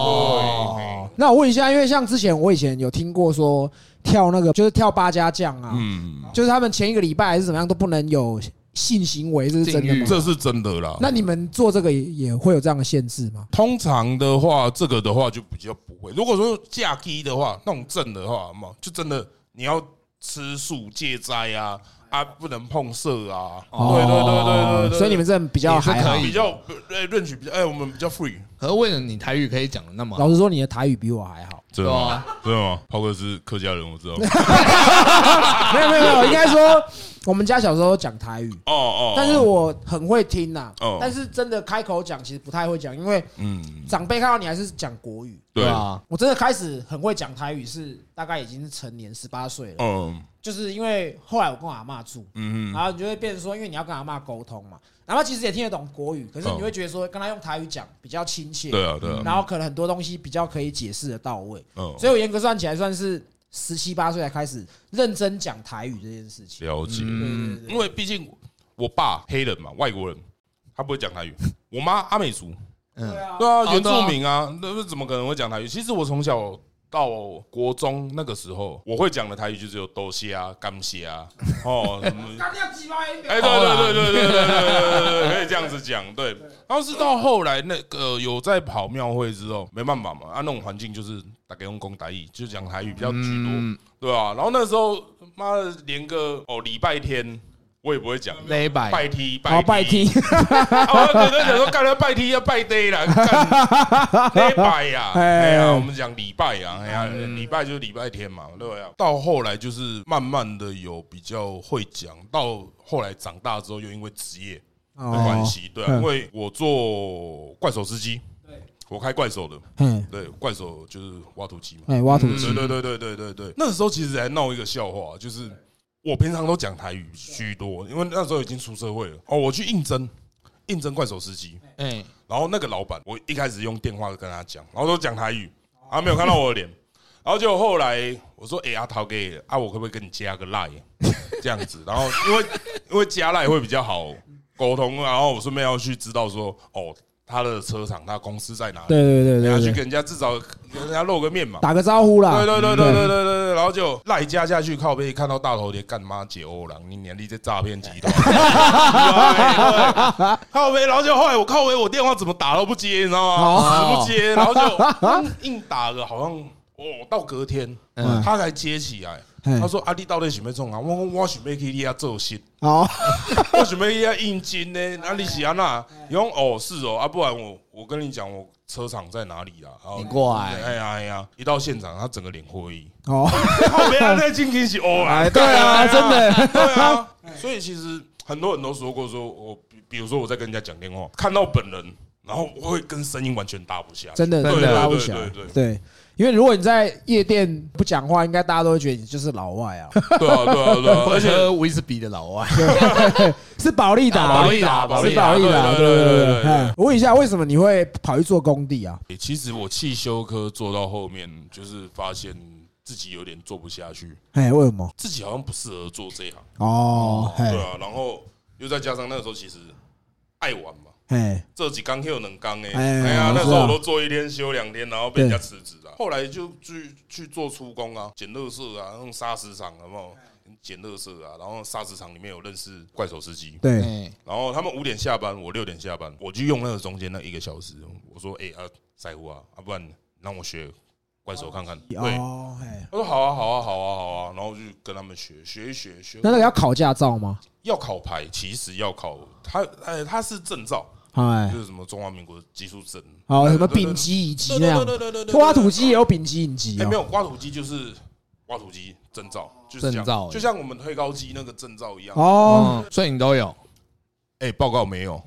Speaker 1: 哦
Speaker 3: 对嘿，
Speaker 1: 那我问一下，因为像之前我以前有听过说跳那个就是跳八家将啊，
Speaker 3: 嗯，
Speaker 1: 就是他们前一个礼拜还是怎么样都不能有性行为，这是真的
Speaker 2: 禁欲
Speaker 1: 吗？
Speaker 3: 这是真的啦。
Speaker 1: 那你们做这个也也会有这样的限制吗？
Speaker 3: 通常的话，这个的话就比较不会。如果说嫁鸡的话，那种正的话嘛，就真的你要吃素戒斋啊啊，不能碰色啊。对对对对对对，
Speaker 1: 哦所以你们这比较
Speaker 2: 也是
Speaker 1: 还好
Speaker 2: 可。以
Speaker 3: 比较呃论取比较哎，我们比较 free，
Speaker 2: 可是为了你台语可以讲的那么好，
Speaker 1: 老实说，你的台语比我还好。
Speaker 3: 真
Speaker 2: 的吗？
Speaker 1: 啊
Speaker 3: 真的吗？炮哥是客家人，我知道。
Speaker 1: 没有没有没有，应该说我们家小时候讲台语，
Speaker 3: 哦哦，
Speaker 1: 但是我很会听呐
Speaker 3: 哦。
Speaker 1: 但是真的开口讲，其实不太会讲，因为
Speaker 3: 嗯，
Speaker 1: 长辈看到你还是讲国语。
Speaker 3: 对，
Speaker 2: 啊，
Speaker 1: 我真的开始很会讲台语，是大概已经是成年十八岁了，
Speaker 3: 嗯
Speaker 1: 就是因为后来我跟我阿嬷住，
Speaker 3: 嗯
Speaker 1: 然后你就会变成说，因为你要跟阿嬷沟通嘛，阿嬷其实也听得懂国语，可是你会觉得说跟她用台语讲比较亲切，
Speaker 3: 哦对啊对啊，
Speaker 1: 然后可能很多东西比较可以解释的到位，
Speaker 3: 嗯，
Speaker 1: 所以我严格算起来算是十七八岁才开始认真讲台语这件事情。
Speaker 3: 了解。
Speaker 1: 嗯
Speaker 3: 因为毕竟我爸黑人嘛，外国人，他不会讲台语。我妈阿美族，
Speaker 2: 嗯
Speaker 1: 对啊
Speaker 3: 对啊，
Speaker 2: 哦
Speaker 3: 原住民啊，那那怎么可能会讲台语？其实我从小到国中那个时候，我会讲的台语就只有多谢啊、感谢啊，哦，什么
Speaker 1: 干掉几百
Speaker 3: 哎，对对对对对对对对对，可以这样子讲，对。然后是到后来那个有在跑庙会之后，没办法嘛，啊，那种环境就是大概用公台语，就讲台语比较居多，
Speaker 2: 嗯，
Speaker 3: 对啊。然后那时候妈的，连个哦礼拜天我也不会讲。
Speaker 2: 雷百
Speaker 3: 拜 踢，
Speaker 1: 好拜
Speaker 3: 踢，
Speaker 1: 听，
Speaker 3: 啊，我刚才想说，干了拜天要拜 day 啦，干礼拜呀，
Speaker 1: 哎嗯
Speaker 3: 哎呀，我们讲礼拜呀，哎呀，礼拜就是礼拜天嘛，对呀、到后来就是慢慢的有比较会讲，到后来长大之后又因为职业的关系，对、啊，
Speaker 1: 嗯
Speaker 3: 因为我做怪手司机，我开怪手的，
Speaker 1: 嗯，
Speaker 3: 对，怪手就是挖土机嘛，
Speaker 1: 哎，挖土机
Speaker 3: 对对对对对对对，嗯那时候其实还闹一个笑话，就是我平常都讲台语居多，因为那时候已经出社会了。哦，我去应征，应征怪手司机，
Speaker 2: 哎，
Speaker 3: 然后那个老板，我一开始用电话跟他讲，然后都讲台语，啊，没有看到我的脸，然后就后来我说，哎、阿涛给啊，我可不可以跟你加个 line 这样子？然后因为因为加 line 会比较好沟通，然后我顺便要去知道说，哦，他的车厂，他公司在哪里，
Speaker 1: 对对对
Speaker 3: 然后去
Speaker 1: 对对，
Speaker 3: 跟人家至少跟人家露个面嘛。
Speaker 1: 打个招呼
Speaker 2: 啊
Speaker 1: 啦。
Speaker 3: 对对对对对对对对，然后就赖加下去靠背，看到大头贴，干妈解欧郎，你年力这诈骗集 团，对对靠背，然后就后来我靠背，我电话怎么打都不接，你知道吗？
Speaker 2: 哦
Speaker 3: 死不接，然后就硬硬打了，好像哦，到隔天
Speaker 1: 嗯
Speaker 3: 他才接起来，
Speaker 1: 嗯
Speaker 3: 他说阿弟到底准备冲啊？我说我准备去你遐做事，
Speaker 1: 好，
Speaker 3: 我准备去遐应征呢，啊你是安那？
Speaker 2: 嗯
Speaker 3: 伊讲哦是哦，啊不然我我跟你讲，我车厂在哪里啦？啊然后
Speaker 2: 你过来
Speaker 3: 哎呀哎呀！一到现场，他整个脸灰衣。
Speaker 1: 哦，
Speaker 3: 靠别人在进行是哦啊，
Speaker 1: 对啊，真的，
Speaker 3: 对啊，所以其实很多人都说过，说我比比如说我在跟人家讲电话，看到本人，然后我会跟声音完全搭不下去，
Speaker 1: 真的，
Speaker 3: 对
Speaker 1: 真
Speaker 3: 对
Speaker 1: 的
Speaker 3: 对
Speaker 1: 拉不
Speaker 3: 对
Speaker 1: 起来
Speaker 3: 对对。
Speaker 1: 对，因为如果你在夜店不讲话，应该大家都会觉得你就是老外啊，
Speaker 3: 对啊对啊对啊，
Speaker 2: 而
Speaker 3: 而且
Speaker 2: 且威士比的老外，
Speaker 1: 是保利达，
Speaker 3: 啊
Speaker 2: 保利达保
Speaker 1: 是
Speaker 2: 利
Speaker 1: 保
Speaker 2: 达
Speaker 1: 利达，对对对对。
Speaker 3: 对
Speaker 1: 哎我问一下，为什么你会跑去做工地啊？
Speaker 3: 其实我汽修科做到后面，就是发现自己有点做不下去，
Speaker 1: 哎，为什么？
Speaker 3: 自己好像不适合做这一行，
Speaker 1: 哦，
Speaker 3: 对
Speaker 1: 哎
Speaker 3: 啊，然后又再加上那个时候其实爱玩嘛。
Speaker 1: 哎，
Speaker 3: 这几缸又能缸哎，
Speaker 1: 哎
Speaker 3: 哎呀，
Speaker 1: 我
Speaker 3: 那
Speaker 1: 知道
Speaker 3: 时候我都做一天休两天，然后被人家辞职啊了。后来就去去做出工啊，捡垃圾啊，那种砂石场有没有？捡垃圾啊，然后砂石场里面有认识怪手司机，
Speaker 1: 对，
Speaker 2: 哎，
Speaker 3: 然后他们五点下班，我六点下班，我就用那个中间那一个小时，我说哎、啊，在乎啊，啊不然让我学怪手看看。嗯对，
Speaker 1: 哦，哎，
Speaker 3: 他说好啊好啊好啊好啊，然后就跟他们学学一学学。
Speaker 1: 那那个要考驾照吗？
Speaker 3: 要考牌，其实要考他哎，他是证照，
Speaker 1: 哎
Speaker 3: 就，是什么中华民国技术证，
Speaker 1: 好，什么
Speaker 3: 对对
Speaker 1: 丙级、乙级那
Speaker 3: 对对
Speaker 1: 样
Speaker 3: 对，对对对，
Speaker 1: 挖土机也有丙级、乙级
Speaker 3: 哎，没
Speaker 1: 哦。
Speaker 3: 有挖土机就是挖土机证照，就是这样
Speaker 2: 证照
Speaker 3: 就像我们推高机那个证照一样。
Speaker 1: 哦，
Speaker 2: 哦，所以你都有，
Speaker 3: 哎，报告没有，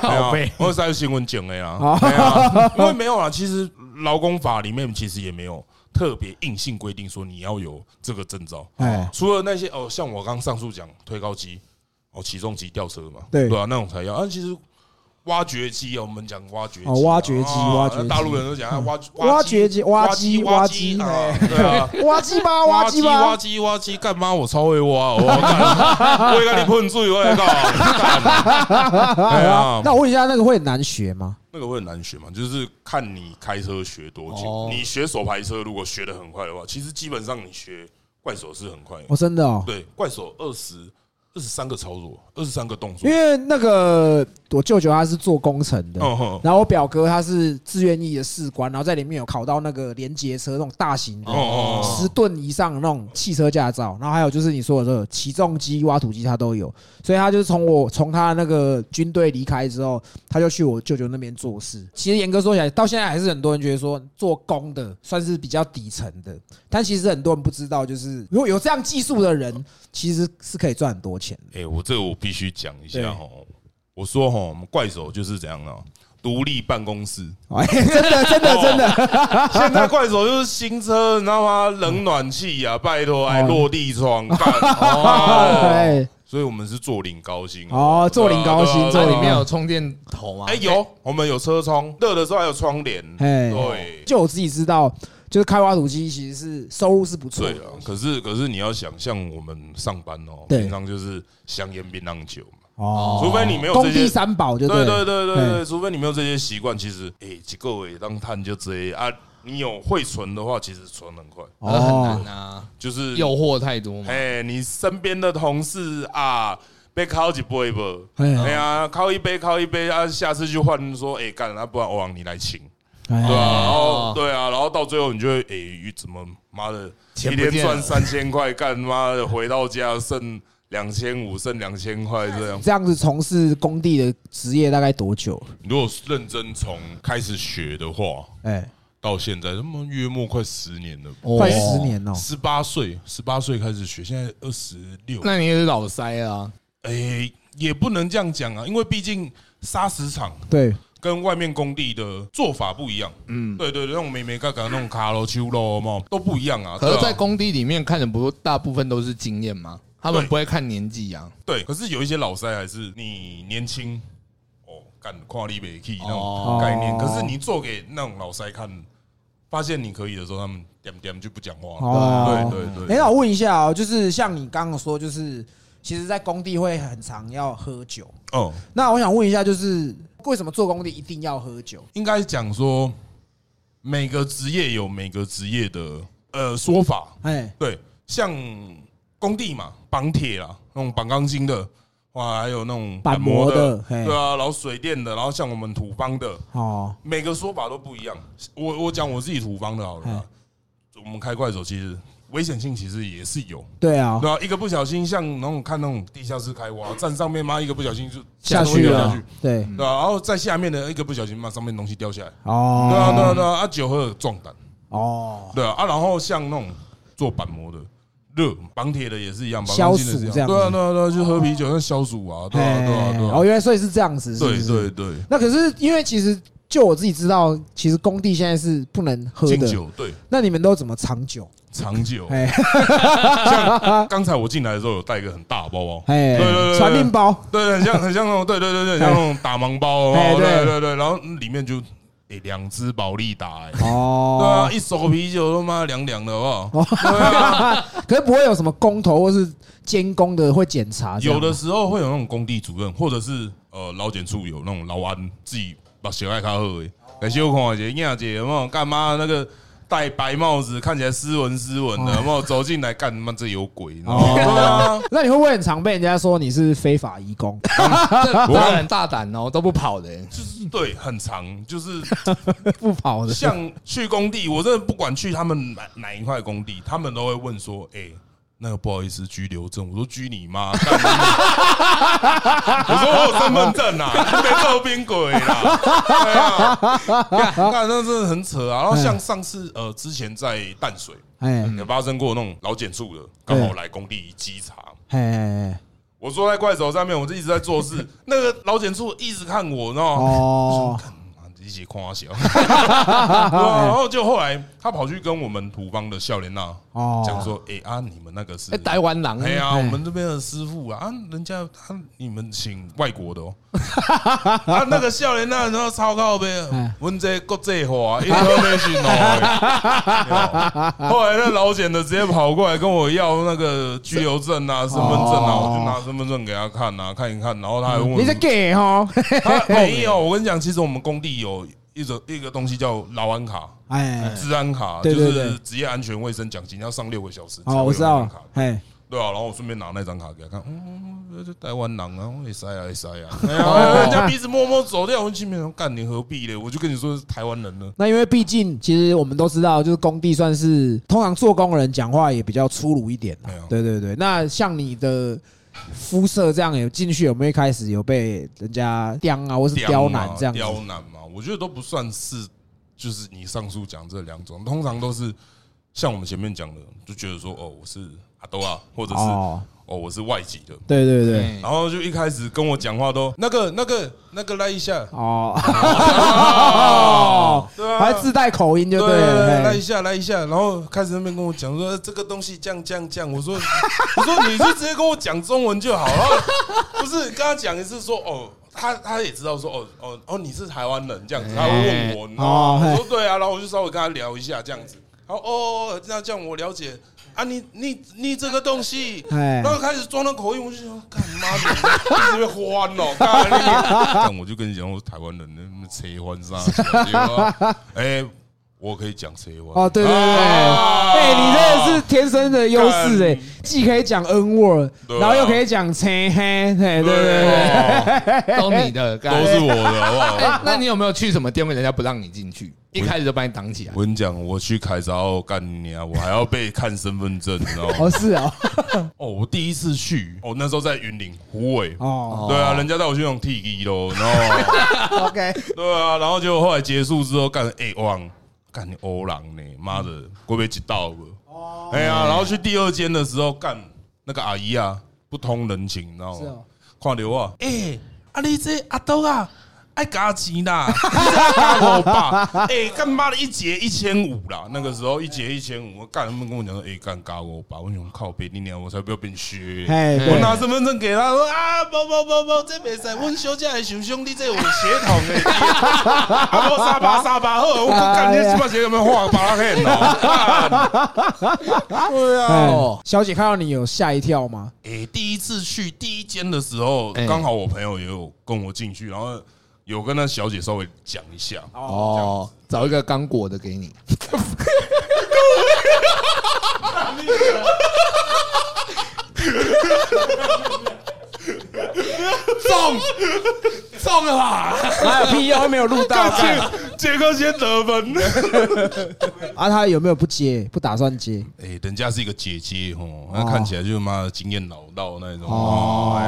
Speaker 2: 靠
Speaker 3: 没
Speaker 2: 背
Speaker 3: 有，我是有新闻讲的呀
Speaker 1: 哦，
Speaker 3: 对啊因为没有啦，其实劳工法里面其实也没有特别硬性规定说你要有这个证照，
Speaker 1: 哎，
Speaker 3: 除了那些哦，像我刚上述讲推高机、哦起重机、吊车嘛，
Speaker 1: 对
Speaker 3: 啊，那种才要。啊，其实挖掘机啊，我们讲挖掘机啊
Speaker 1: 哦挖掘机
Speaker 3: 啊
Speaker 1: 挖掘机嗯
Speaker 3: 那大陆人都讲啊挖
Speaker 1: 挖掘机
Speaker 3: 挖
Speaker 1: 挖机
Speaker 3: 挖
Speaker 1: 挖
Speaker 3: 机
Speaker 1: 机
Speaker 3: 啊，对啊。
Speaker 1: 挖机吧，
Speaker 3: 挖
Speaker 1: 机
Speaker 3: 机挖
Speaker 1: 吧，
Speaker 3: 机挖机，干妈我超会挖， 我干我也跟你喷醉，我也干，哎呀，
Speaker 1: 那我问一下，那个会很难学吗？
Speaker 3: 那个会很难学嘛，就是看你开车学多久。
Speaker 2: 哦
Speaker 3: 你学手排车，如果学的很快的话，其实基本上你学怪手是很快的。
Speaker 1: 哦，真的哦，
Speaker 3: 对，怪手二十二十三个操作，二十三个动作
Speaker 1: 因。为那个我舅舅他是做工程的，
Speaker 3: 嗯哼，
Speaker 1: 然后我表哥他是自愿役的士官，然后在里面有考到那个连结车那种大型的
Speaker 3: 哦哦哦
Speaker 1: 十吨以上的那种汽车驾照，然后还有就是你说的这个起重机、挖土机他都有，所以他就是从我从他那个军队离开之后，他就去我舅舅那边做事。其实严格说起来，到现在还是很多人觉得说做工的算是比较底层的，但其实很多人不知道，就是如果有这样技术的人，其实是可以赚很多钱的。
Speaker 3: 哎，我这个我必须讲一
Speaker 1: 对
Speaker 3: 下哦。我说哦，我们怪手就是怎样啊？独立办公室，哦
Speaker 1: 哎，真的，真的，真的，
Speaker 3: 现在怪手就是新车，你知道吗？冷暖气啊，拜托，还
Speaker 1: 哦
Speaker 3: 落地窗，干 哦
Speaker 1: 哎，
Speaker 3: 所以我们是做领高薪
Speaker 1: 哦做领高薪
Speaker 3: 对啊对
Speaker 1: 做
Speaker 3: 啊
Speaker 1: 领
Speaker 2: 这里
Speaker 1: 高
Speaker 2: 面有充电头吗？
Speaker 3: 哎，有我们有车窗，热的时候还有窗帘，
Speaker 1: 哎
Speaker 3: 对，
Speaker 1: 就我自己知道，就是开挖土机其实是收入是不错
Speaker 3: 对
Speaker 1: 的
Speaker 3: 啊。可是可是你要想，像我们上班哦，
Speaker 1: 哦对
Speaker 3: 平常就是香烟、槟榔、酒嘛，
Speaker 1: 哦
Speaker 3: 除非你没有
Speaker 1: 工
Speaker 3: 这
Speaker 1: 地
Speaker 3: 些。
Speaker 1: 三宝就
Speaker 3: 对
Speaker 1: 对
Speaker 3: 对对对对，
Speaker 1: 嘿
Speaker 3: 除非你没有这些习惯，其实诶，一个月当探就这样啊。你有会存的话，其实存很快，
Speaker 1: 哦
Speaker 2: 呃很难啊，
Speaker 3: 就是
Speaker 2: 诱惑太多嘛。
Speaker 3: 哎，你身边的同事啊，被靠一杯不？
Speaker 1: 哎
Speaker 3: 哎呀，靠一杯，靠一杯啊！下次就换说，哎，干，那不然欧阳你来请，对
Speaker 1: 哎
Speaker 3: 啊，然后
Speaker 2: 哦
Speaker 3: 对啊，然后到最后你就会，哎，怎么妈的，
Speaker 2: 钱
Speaker 3: 一
Speaker 2: 不见了
Speaker 3: 天赚三千块，干妈的回到家剩两千五，剩两千块这样。
Speaker 1: 这样子从事工地的职业大概多久？
Speaker 3: 如果认真从开始学的话，
Speaker 1: 哎，
Speaker 3: 到现在，他妈约莫快十年了吧。
Speaker 2: 哦
Speaker 1: 快十，年哦，
Speaker 3: 十八岁，十八岁开始学，现在二十六。
Speaker 2: 那你也是老塞啊。
Speaker 3: 诶，也不能这样讲啊，因为毕竟砂石场
Speaker 1: 对，
Speaker 3: 跟外面工地的做法不一样。嗯，对对，对那种美美嘎嘎那种卡罗丘咯嘛，都不一样啊。
Speaker 2: 可
Speaker 3: 对
Speaker 2: 是，
Speaker 3: 啊
Speaker 2: 在工地里面看的不大部分都是经验吗？他们
Speaker 3: 对
Speaker 2: 不会看年 纪啊。
Speaker 3: 对，可是有一些老塞还是你年轻哦，干跨立北 key 那
Speaker 2: 哦
Speaker 3: 种概念。可是你做给那种老塞看，发现你可以的时候，他们点点就不讲话。
Speaker 1: 哦，
Speaker 3: 对对
Speaker 1: 哎，
Speaker 3: 对
Speaker 1: 那，我问一下哦，就是像你刚刚说，就是其实，在工地会很常要喝酒。
Speaker 3: 哦，
Speaker 1: 那我想问一下，就是为什么做工地一定要喝酒？
Speaker 3: 应该讲说每个职业有每个职业的呃说法。
Speaker 1: 哎，
Speaker 3: 对，像工地嘛，绑铁啦，那种绑钢筋的，哇，还有那种
Speaker 1: 板模的
Speaker 3: 板
Speaker 1: 嘿
Speaker 3: 对啊，然后水电的，然后像我们土方的，
Speaker 1: 哦，
Speaker 3: 每个说法都不一样。我我讲我自己土方的好了啦，
Speaker 1: 嗯
Speaker 3: 我们开怪手其实危险性其实也是有，
Speaker 1: 对啊，
Speaker 3: 对啊，一个不小心像那种看那种地下室开挖，站上面妈一个不小心就
Speaker 1: 下
Speaker 3: 东西
Speaker 1: 去
Speaker 3: 掉
Speaker 1: 了
Speaker 3: 下去，，
Speaker 1: 对，
Speaker 3: 对啊，然后在下面的一个不小心妈上面东西掉下来，
Speaker 1: 哦，
Speaker 3: 对啊对啊对啊，啊酒喝了壮胆。
Speaker 1: 哦，
Speaker 3: 对啊，啊然后像那种做板模的，热绑铁的也是一样，绑
Speaker 1: 消
Speaker 3: 钢筋的
Speaker 1: 暑
Speaker 3: 也是
Speaker 1: 这样子
Speaker 3: 对啊，对啊，对啊，就喝啤酒那消暑啊，对啊，对啊，对
Speaker 1: 哦，
Speaker 3: 啊，
Speaker 1: 原来所以是这样子，是不
Speaker 3: 对
Speaker 1: 是
Speaker 3: 对对，
Speaker 1: 那可是因为其实就我自己知道，其实工地现在是不能喝
Speaker 3: 敬
Speaker 1: 的。
Speaker 3: 酒对
Speaker 1: 那你们都怎么藏酒？
Speaker 3: 长久。
Speaker 1: 哎
Speaker 3: 像刚才我进来的时候有带一个很大的包包，
Speaker 1: 哎
Speaker 3: 对对对，对
Speaker 1: 传令包
Speaker 3: 对，对很像 很像那种，对对对对，很像那种打盲包，
Speaker 1: 哎
Speaker 3: 哦，
Speaker 1: 对
Speaker 3: 对对对，然后里面就哎两只保利达，哎，对
Speaker 1: 哦
Speaker 3: 啊，，一手啤酒都妈凉凉的，好不好？对啊，
Speaker 1: 可是不会有什么工头或是监工的会检查这样
Speaker 3: 有
Speaker 1: 吗，
Speaker 3: 的时候会有那种工地主任，或者是呃劳检处有那种劳安自己把小爱卡哎喝的，感谢我看姐燕姐有没有干妈那个戴白帽子，看起来斯文斯文
Speaker 1: 哦
Speaker 3: 的，有没有走进来干他妈这有鬼？你知道吗 对啊，
Speaker 1: 那你会不会很常被人家说你是非法移 工？
Speaker 2: 这当然大胆哦，都不跑的欸。
Speaker 3: 就是对，很长，就是
Speaker 1: 不跑的，
Speaker 3: 像去工地，我真的不管去他们哪哪一块工地，他们都会问说，哎、那个不好意思，拘留证，我说拘你妈！干你我说我有身份证啊，没照片鬼啦。对啊，干那真的很扯啊。然后像上次呃，之前在淡水
Speaker 1: 哎
Speaker 3: 嗯有发生过那种老检处的，刚好来工地稽查，
Speaker 1: 哎哎，
Speaker 3: 我坐在怪手上面，我就一直在做事，那个老检处一直看我，你知道吗？
Speaker 1: 哦，
Speaker 3: 啊一起夸小，对啊然后就后来他跑去跟我们土方的笑莲娜
Speaker 1: 哦
Speaker 3: 讲说，哎啊，你们那个是
Speaker 2: 哎，台湾狼，
Speaker 3: 哎呀，
Speaker 1: 嗯
Speaker 3: 我们这边的师傅啊，啊，人家他你们请外 国的哦，啊，那个笑脸那人都超靠背
Speaker 1: 哎，
Speaker 3: 问这国际化哎 information 哦。哎后来那老检的直接跑过来跟我要那个居留证啊、身份证啊，
Speaker 1: 哦
Speaker 3: 我就拿身份证给他看啊，看一看，然后他还问
Speaker 1: 嗯
Speaker 3: 我
Speaker 1: 你是 gay 哈？
Speaker 3: 他没有，我跟你讲，其实我们工地有一种一个东西叫劳安卡。
Speaker 1: 哎，
Speaker 3: 治安卡
Speaker 1: 对
Speaker 3: 就
Speaker 1: 对
Speaker 3: 是
Speaker 1: 对
Speaker 3: 职业安全卫生奖金，要上六个小时。
Speaker 1: 哦，我知道了
Speaker 3: 卡。
Speaker 1: 哎，
Speaker 3: 对啊，然后我顺便拿那张卡给他看，嗯，这台湾狼啊，会塞啊，会塞啊，哎 呀，人家鼻子摸摸走掉，我心里想，干你何必嘞？我就跟你说是台湾人了，
Speaker 1: 那因为毕竟，其实我们都知道，就是工地算是通常做工人讲话也比较粗鲁一点啦
Speaker 3: 哎呦
Speaker 1: 对对对，那像你的肤色这样，有进去有没有一开始有被人家刁啊，或是刁难
Speaker 3: 嘛
Speaker 1: 这样子？
Speaker 3: 刁难嘛，我觉得都不算是，就是你上述讲这两种，通常都是像我们前面讲的，就觉得说，哦，我是阿斗啊，或者是哦，
Speaker 1: 哦，
Speaker 3: 我是外籍的，
Speaker 1: 对对对，
Speaker 2: 哎
Speaker 3: 然后就一开始跟我讲话都那个那个那个来一下，
Speaker 1: 哦，
Speaker 3: 哦， 对啊，
Speaker 1: 还自带口音就对
Speaker 3: 对啊
Speaker 1: 了。
Speaker 3: 来一
Speaker 1: 嘿
Speaker 3: 下，来一下，然后开始那边跟我讲说呃这个东西这样这样这样，我说我说你就直接跟我讲中文就好了，不是跟他讲一次说哦。他他也知道说哦哦哦你是台湾人这样子，他会问我，你知道
Speaker 1: 哦
Speaker 3: 吗？
Speaker 1: 嘿
Speaker 3: 我说对啊，然后我就稍微跟他聊一下这样子，然后哦哦那这样我了解啊，你你你这个东西，
Speaker 1: 哎
Speaker 3: 然后开始装那口音，我就想干妈的，你这边欢哦，干你这样我就跟你讲，我是台湾人，那那切欢啥小对 吧？哎，我可以讲切欢
Speaker 1: 哦，对对对对，
Speaker 3: 啊
Speaker 1: 哎，你真的是天生的优势哎
Speaker 3: 干，
Speaker 1: 既可以讲 N word，
Speaker 3: 对啊
Speaker 1: 然后又可以讲切嘿，对对对，
Speaker 3: 哦
Speaker 2: 都你的， 干
Speaker 3: 都是我的，好不好？
Speaker 2: 哎，那你有没有去什么店位，人家不让你进去，一开始就把你挡起来？
Speaker 3: 我跟你讲，我去凯撒奥干你啊，我还要被看身份证，你知道吗？
Speaker 1: 哦是哦，
Speaker 3: 哦，我第一次去，哦，那时候在云林湖尾，
Speaker 1: 哦
Speaker 3: 对啊，人家带我去那种 T 一喽， 然后。
Speaker 1: ，OK，
Speaker 3: 对啊，然后结果后来结束之后，干哎汪，干你欧郎呢，妈的，会不会一道不？
Speaker 1: 哦
Speaker 3: 哎呀，然后去第二间的时候，干那个阿姨啊，不通人情，你知道
Speaker 1: 是
Speaker 3: 吗
Speaker 1: 哦？
Speaker 3: 看流啊，哎，啊你这阿斗啊。爱加钱啦，你这加我吧！ 哎，干妈的一节一千五啦，那个时候一节一千五，干他们跟我讲说，哎，干加我吧，我想靠别你娘，我才不要变削。
Speaker 1: 哎，对
Speaker 3: 我拿身份证给他说啊，不不不不，这没使，阮小姐的想兄弟，这有血统的，啊，无三八三八好，我讲干你鸡巴鞋有没有画把他啊黑脑？对啊，
Speaker 1: 哎小姐看到你有吓一跳吗？
Speaker 3: 诶，欸第一次去第一间的时候，
Speaker 2: 哎
Speaker 3: 刚好我朋友也有跟我进去，然后有跟那小姐稍微讲一下，
Speaker 2: 哦，找一个刚果的给你。中中了吧？
Speaker 1: 哪有屁用？E 又没有录到。干
Speaker 3: 杰克先得分。
Speaker 1: 啊，他有没有不接？不打算接？
Speaker 3: 哎、人家是一个姐姐哦，那看起来就是妈的经验老道那种。
Speaker 1: 哦
Speaker 3: 哦，哎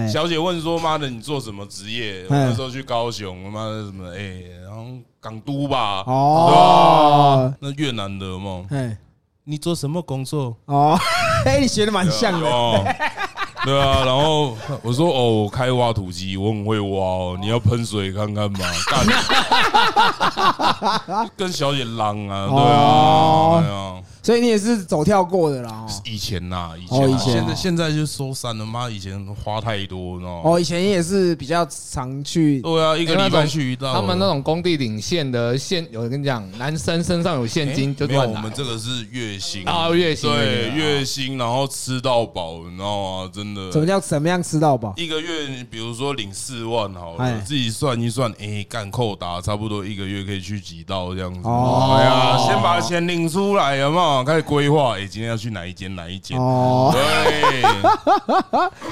Speaker 3: 呀，
Speaker 1: 嘿
Speaker 3: 小姐问说：“妈的，你做什么职业？”
Speaker 1: 哎
Speaker 3: 我那时候去高雄，妈的什么哎、然后港都吧，
Speaker 1: 哦，
Speaker 3: 那越南的嘛，
Speaker 1: 哎，
Speaker 3: 你做什么工作？
Speaker 1: 哦， 哎，你学的蛮像的。
Speaker 3: 哦，对啊，然后我说：“哦，我开挖土机，我很会挖哦，你要喷水看看嘛。” 干，跟小姐浪啊，对
Speaker 1: 哦
Speaker 3: 啊，对啊。
Speaker 1: 所以你也是走跳过的啦。
Speaker 3: 以前呐、以
Speaker 1: 哦
Speaker 3: 前、
Speaker 1: 以
Speaker 3: 啊
Speaker 1: 前
Speaker 3: 现在现在就收山了。妈，以前花太多，你知道吗？
Speaker 1: 哦，哦，以前也是比较常去
Speaker 3: 对啊，一个礼拜去一道。
Speaker 2: 他们那种工地领现的现，我跟你讲，男生身上有现金就
Speaker 3: 哎没有，
Speaker 2: 乱
Speaker 3: 我
Speaker 2: 拿
Speaker 3: 们。这个是月薪
Speaker 2: 啊月薪
Speaker 3: 对
Speaker 2: 啊
Speaker 3: 月薪，然后吃到饱，你知道吗？真的，
Speaker 1: 怎么叫怎么样吃到饱？
Speaker 3: 一个月，你比如说领四万好
Speaker 1: 哎
Speaker 3: 了，自己算一算，哎，干扣打差不多一个月可以去几道这样子。
Speaker 1: 哦
Speaker 3: 哎呀，先把钱领出来，有没有？开始规划，哎，今天要去哪一间哪一间？
Speaker 1: 哦
Speaker 3: 对，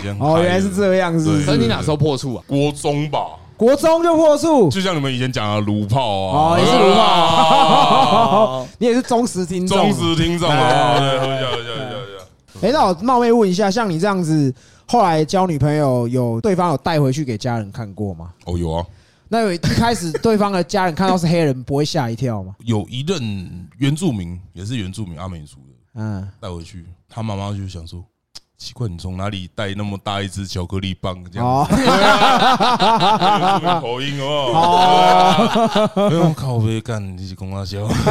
Speaker 3: 先
Speaker 1: 哦，
Speaker 3: 开
Speaker 1: 原来是
Speaker 3: 了
Speaker 1: 这样，是不
Speaker 2: 所
Speaker 1: 是？
Speaker 2: 以你哪时候破处啊？
Speaker 3: 国中吧。
Speaker 1: 国中就破处，
Speaker 3: 就像你们以前讲的炉炮啊，
Speaker 1: 哦也是炉炮
Speaker 3: 炮，
Speaker 1: 你也是哦忠实听众
Speaker 3: 忠
Speaker 1: 啊。
Speaker 3: 实听众啊，对，喝一下，喝一下，喝一下，
Speaker 1: 哎，那我冒昧问一下，像你这样子，后来交女朋友，有对方有带回去给家人看过吗？
Speaker 3: 哦，有啊，
Speaker 1: 那有一开始对方的家人看到是黑人，不会吓一跳吗？
Speaker 3: 有一任原住民也是原住民阿美族的，
Speaker 1: 嗯，
Speaker 3: 带回去，他妈妈就想说，奇怪，你从哪里带那么大一只巧克力棒这样
Speaker 1: 哦
Speaker 3: 子？，有这个口音哦。对啊哎呦，靠背干，你是公阿笑，完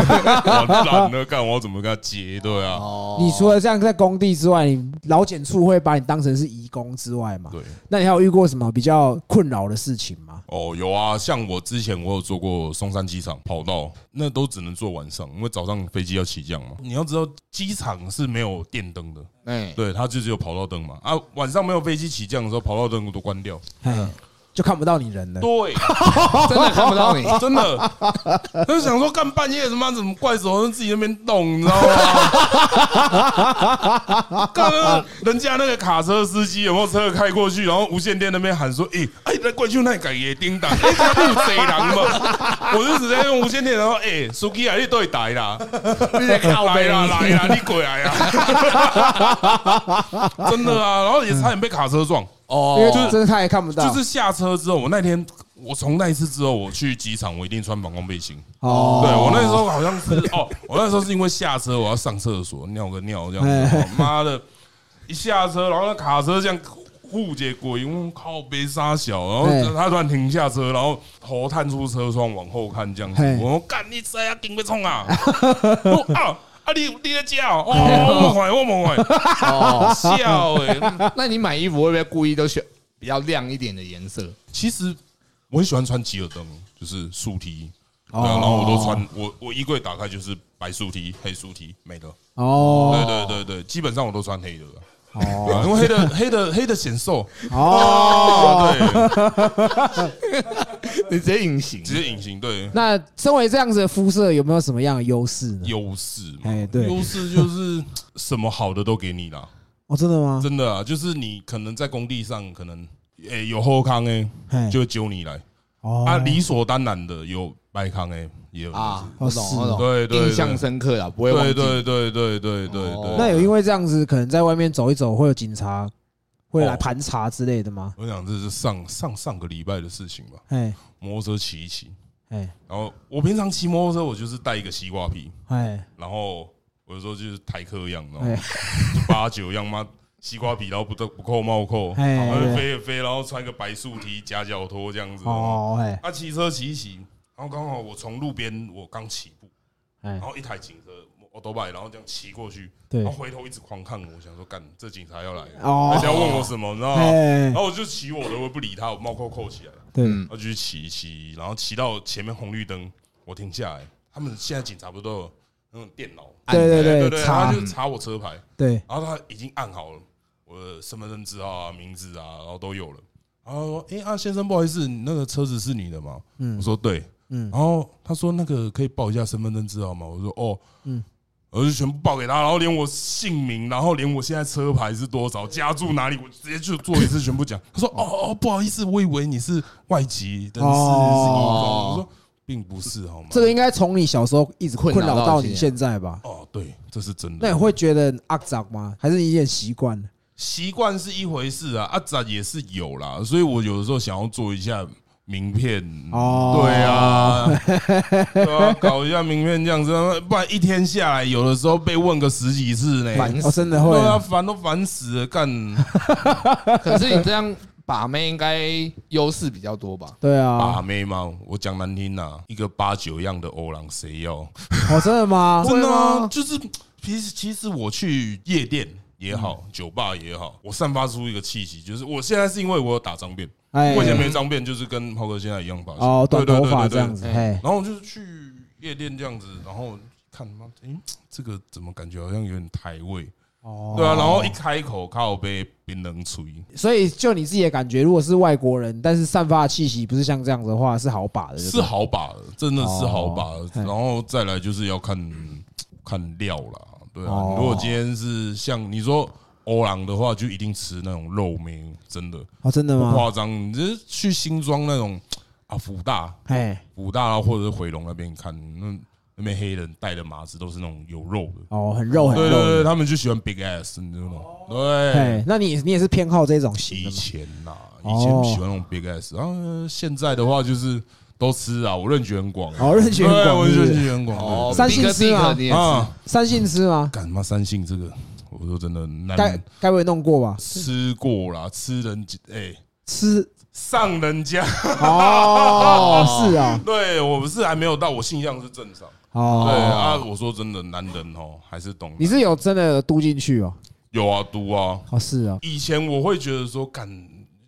Speaker 3: 蛋了，干我要怎么跟他接？对啊，
Speaker 1: 你除了这样在工地之外，你劳检处会把你当成是移工之外嘛？
Speaker 3: 对。
Speaker 1: 那你还有遇过什么比较困扰的事情吗？
Speaker 3: 哦，有啊，像我之前我有做过松山机场跑道，那都只能做晚上，因为早上飞机要起降嘛。你要知道，机场是没有电灯的，
Speaker 2: 哎，
Speaker 3: 对，它就只有跑道灯嘛。啊，晚上没有飞机起降的时候，跑道灯都关掉。
Speaker 1: 哎，就看不到你人了。
Speaker 3: 对，
Speaker 2: 真的看不到 你，
Speaker 3: 真的，就想说干半夜他妈怎么怪手自己那边动，你知道 吗？刚刚人家那个卡车司机有没有车开过去，然后无线电那边喊说：“哎、哎，那怪就那改也叮当，哎，这有贼 狼嘛！”我就直接用无线电，然后哎，司机啊，你对台啦，
Speaker 2: 你在靠
Speaker 3: 来
Speaker 2: 背
Speaker 3: 啦来
Speaker 2: 啦，
Speaker 3: 啦，你过来啊！ 真的啊，然后也差点被卡车撞。
Speaker 1: 因为
Speaker 2: 哦，
Speaker 1: 真的他也看不到，
Speaker 3: 就是下车之后，我那天我从那一次之后，我去机场我一定穿反光背心。
Speaker 1: 哦，
Speaker 3: 对我那时候好像是哦，我那时候是因为下车我要上厕所尿个尿这样子，哦妈的，一下车然后那卡车这样。护结果因为靠背杀小，然后
Speaker 1: 嘿
Speaker 3: 他突然停下车，然后头探出车窗往后看这样子
Speaker 1: 嘿，
Speaker 3: 我说干你谁啊，紧被 冲啊！我说啊啊你你在家哦，哦我快我猛快，
Speaker 2: 哦，
Speaker 3: 笑哎！
Speaker 2: 那你买衣服会不会故意都选比较亮一点的颜色？
Speaker 3: 其实我很喜欢穿吉尔登，就是竖 T，对
Speaker 1: 哦
Speaker 3: 啊、然后我都穿，我我衣柜打开就是白竖 T、黑竖 T，没了。对
Speaker 1: 哦
Speaker 3: 对对对，基本上我都穿黑的了，对
Speaker 1: 哦
Speaker 3: 啊因为黑的黑的黑的显瘦
Speaker 1: 哦，
Speaker 3: 啊，对，
Speaker 2: 你直接隐形，
Speaker 3: 直接隐形，对，
Speaker 1: 那身为这样子的肤色，有没有什么样的优势呢？
Speaker 3: 优势嘛，
Speaker 1: 哎对
Speaker 3: 优势就是什么好的都给你啦，
Speaker 1: 哦，真的吗？
Speaker 3: 真的啊，就是你可能在工地上可能诶、有后康诶、
Speaker 1: 嘿
Speaker 3: 就会揪你来，
Speaker 1: 哎哦
Speaker 3: 啊，理所当然的有白康诶、也有
Speaker 2: 啊，
Speaker 1: 哦
Speaker 2: 我懂，我懂，
Speaker 3: 对对对
Speaker 2: 印象深刻啊，不会忘
Speaker 3: 对
Speaker 2: 记。
Speaker 3: 对对对对对对，
Speaker 1: 那有因为这样子，可能在外面走一走，会有警察会
Speaker 3: 哦
Speaker 1: 来盘查之类的吗？
Speaker 3: 我想这是上上上个礼拜的事情吧。
Speaker 1: 哎
Speaker 3: 摩托车骑一骑，
Speaker 1: 哎
Speaker 3: 然后我平常骑摩托车，我就是带一个西瓜皮，
Speaker 1: 哎
Speaker 3: 然后我有时候就是台客样，然后
Speaker 1: 哎
Speaker 3: 就八九样嘛，西瓜皮，然后不得不扣帽扣，
Speaker 1: 哎
Speaker 3: 然后就飞也飞，然后穿个白素 T 夹脚拖这样子。
Speaker 1: 哦哎
Speaker 3: 他骑车骑一骑，然后刚好我从路边我刚起步，
Speaker 1: 哎
Speaker 3: 然，后一台警车我都拜，然后这样骑过去，
Speaker 1: 对
Speaker 3: 然后回头一直狂看我，想说干这警察要来了，
Speaker 1: 哦
Speaker 3: 他想要问我什么，你知道吗？
Speaker 1: 哎
Speaker 3: 然后我就骑我的，我也不理他，我帽扣扣起来。
Speaker 1: 对，
Speaker 3: 然后就去骑一骑，然后骑到前面红绿灯，我停下来。他们现在警察不都有那种电脑？
Speaker 1: 对
Speaker 3: 对
Speaker 1: 对
Speaker 3: 对，他
Speaker 1: 查
Speaker 3: 就查我车牌，
Speaker 1: 对
Speaker 3: 然后他已经按好了我的身份证字号啊、名字啊，然后都有了。然后说：“哎、啊，先生，不好意思，你那个车子是你的吗？”我说：“对。”
Speaker 1: 嗯
Speaker 3: 然后他说：“那个可以报一下身份证字号吗？”我说：“哦。”
Speaker 1: 嗯
Speaker 3: 我就全部报给他，然后连我姓名，然后连我现在车牌是多少，家住哪里，我直接就做一次全部讲。他说：“哦哦，不好意思，我以为你是外籍人士，是移工。”
Speaker 1: 哦
Speaker 3: 我说：“并不是，好吗？”
Speaker 1: 这个应该从你小时候一直困
Speaker 2: 困
Speaker 1: 扰
Speaker 2: 扰到
Speaker 1: 到
Speaker 2: 现
Speaker 1: 你
Speaker 2: 在
Speaker 1: 现在嗯吧？
Speaker 3: 哦，对，这是真的。
Speaker 1: 那你会觉得很肮脏吗？还是你已经很习惯了？
Speaker 3: 习惯是一回事啊，阿展也是有啦，所以我有的时候想要做一下名片，
Speaker 1: 哦
Speaker 3: 对啊，对啊，搞一下名片这样子，不然一天下来，有的时候被问个十几次呢，
Speaker 2: 烦
Speaker 1: 哦，
Speaker 2: 死。
Speaker 1: 真的会
Speaker 3: 对啊，烦都烦死了，干
Speaker 2: 可是你这样把妹应该优势比较多吧？
Speaker 1: 对啊
Speaker 3: 把，妹吗？我讲难听啦，一个八九样的欧郎谁要？
Speaker 1: 哦，真的吗？
Speaker 3: 真的
Speaker 2: 会
Speaker 3: 啊
Speaker 2: 吗，
Speaker 3: 就是其实其实我去夜店也好，酒吧也好，我散发出一个气息，就是我现在是因为我有打脏辫。
Speaker 1: 哎
Speaker 3: 我以前没脏辫，就是跟浩哥现在一样发型
Speaker 1: 哦，短头发这样。
Speaker 3: 对对对对对
Speaker 1: 子，哎，
Speaker 3: 然后我就是去夜店这样子，然后看妈，诶，这个怎么感觉好像有点台味？
Speaker 1: 哦，
Speaker 3: 对啊，然后一开口靠杯冰冷吹，
Speaker 1: 所以就你自己的感觉，如果是外国人，但是散发的气息不是像这样子的话，是好把的，
Speaker 3: 是好把的，真的是好把的
Speaker 1: 哦。嘿
Speaker 3: 然后再来就是要看 看料啦，对啊
Speaker 1: 哦。
Speaker 3: 如果今天是像你说欧郎的话，就一定吃那种肉面，真的
Speaker 1: 哦，真的
Speaker 3: 不
Speaker 1: 吗？
Speaker 3: 夸张。你就是去新庄那种啊，福大
Speaker 1: 哎，
Speaker 3: 武大啊或者是回龙那边，你看那那边黑人戴的马子都是那种有肉的，
Speaker 1: 哦，很肉很
Speaker 3: 对对
Speaker 1: 肉
Speaker 3: 对，
Speaker 1: 的。
Speaker 3: 他们就喜欢 big ass，你知道吗？对，
Speaker 1: 哎，那你你也是偏好这种型
Speaker 3: 以
Speaker 1: 的吗？
Speaker 3: 前呐、以
Speaker 1: 哦
Speaker 3: 前喜欢那种 big ass，然后、呃现在的话就是都吃啊，我认觉很广，
Speaker 1: 哦，任选
Speaker 3: 对，
Speaker 1: 广
Speaker 3: 我
Speaker 1: 是不
Speaker 3: 认
Speaker 1: 是
Speaker 2: 嗯
Speaker 3: 觉很广，
Speaker 1: 三
Speaker 2: 比
Speaker 1: 星
Speaker 2: 克
Speaker 1: 是吗
Speaker 2: 比克你
Speaker 3: 对
Speaker 2: 也是
Speaker 3: 啊，
Speaker 1: 三性吃吗？
Speaker 3: 干嘛三性这个，我我说真的
Speaker 1: 该
Speaker 3: 难
Speaker 1: 该不会弄过吧？
Speaker 3: 吃过啦，吃人家哎、
Speaker 1: 吃
Speaker 3: 上人家，
Speaker 1: 哦，是啊，
Speaker 3: 对我不是还没有到，我性向是正常。对
Speaker 1: 哦，
Speaker 3: 啊，我说真的，男人哦还是懂的。
Speaker 1: 你是有真的嘟进去哦？
Speaker 3: 有啊，毒啊。
Speaker 1: 哦，是啊，
Speaker 3: 以前我会觉得说，干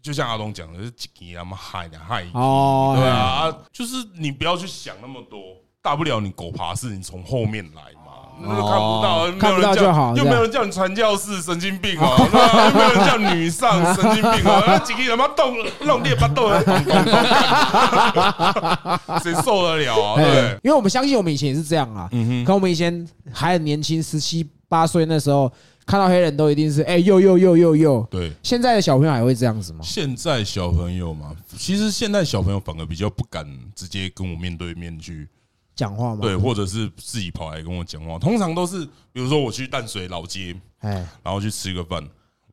Speaker 3: 就像阿龙讲的，是几他妈害的害。
Speaker 1: 哦，
Speaker 3: 对啊，啊就是你不要去想那么多，大不了你狗爬式，你从后面来嘛，那个看不到，没有人
Speaker 1: 哦看不到
Speaker 3: 叫
Speaker 1: 就好这
Speaker 3: 又没
Speaker 1: 样
Speaker 3: 有人叫你传教士，神经病哦，对啊又没有人叫女上， 神经病哦，那几个他妈动弄你也不动，咚咚咚谁受得了 啊？
Speaker 1: 哎
Speaker 3: 对，
Speaker 1: 因为我们相信我们以前也是这样啊。嗯可我们以前还很年轻，十七八岁那时候，看到黑人都一定是哎呦呦呦呦呦。
Speaker 3: 对。
Speaker 1: 现在的小朋友还会这样子吗？
Speaker 3: 现在小朋友嘛，其实现在小朋友反而比较不敢直接跟我面对面去
Speaker 1: 讲话吗？
Speaker 3: 对，，或者是自己跑来跟我讲话，通常都是比如说我去淡水老街，
Speaker 1: 哎
Speaker 3: 然后去吃个饭。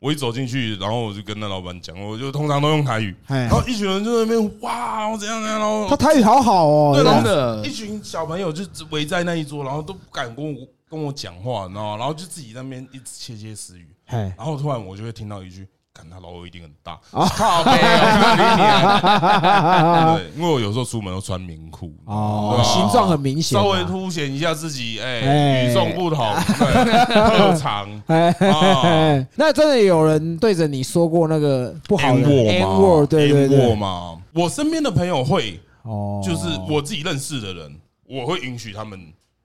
Speaker 3: 我一走进去，然后我就跟那老板讲，我就通常都用台语，
Speaker 1: 哎
Speaker 3: 然后一群人就在那边哇，我怎样怎样，然
Speaker 1: 他
Speaker 3: 后
Speaker 1: 台语好好哦。
Speaker 3: 对，
Speaker 1: 这
Speaker 3: 然
Speaker 1: 样
Speaker 3: 后
Speaker 2: 真的
Speaker 3: 一群小朋友就只围在那一桌，然后都不敢跟我跟我讲话，你知道吗？然后就自己在那边一直窃窃私语，
Speaker 1: 哎，
Speaker 3: 然后突然我就会听到一句。看他老二一定很大，
Speaker 2: 靠背哦啊，
Speaker 3: 对，因为我有时候出门都穿棉裤，
Speaker 1: 哦，形状很明显啊，
Speaker 3: 稍微凸显一下自己，哎，
Speaker 1: 哎
Speaker 3: 与众 不同，对特长，
Speaker 1: 哎。嘿嘿
Speaker 3: 啊
Speaker 1: 嘿那真的有人对着你说过那个不好的
Speaker 3: N
Speaker 1: word，
Speaker 3: word
Speaker 1: 对对
Speaker 3: n word
Speaker 1: 对，
Speaker 3: 嘛。我身边的朋友会，
Speaker 1: 哦，
Speaker 3: 就是我自己认识的人，我会允许他们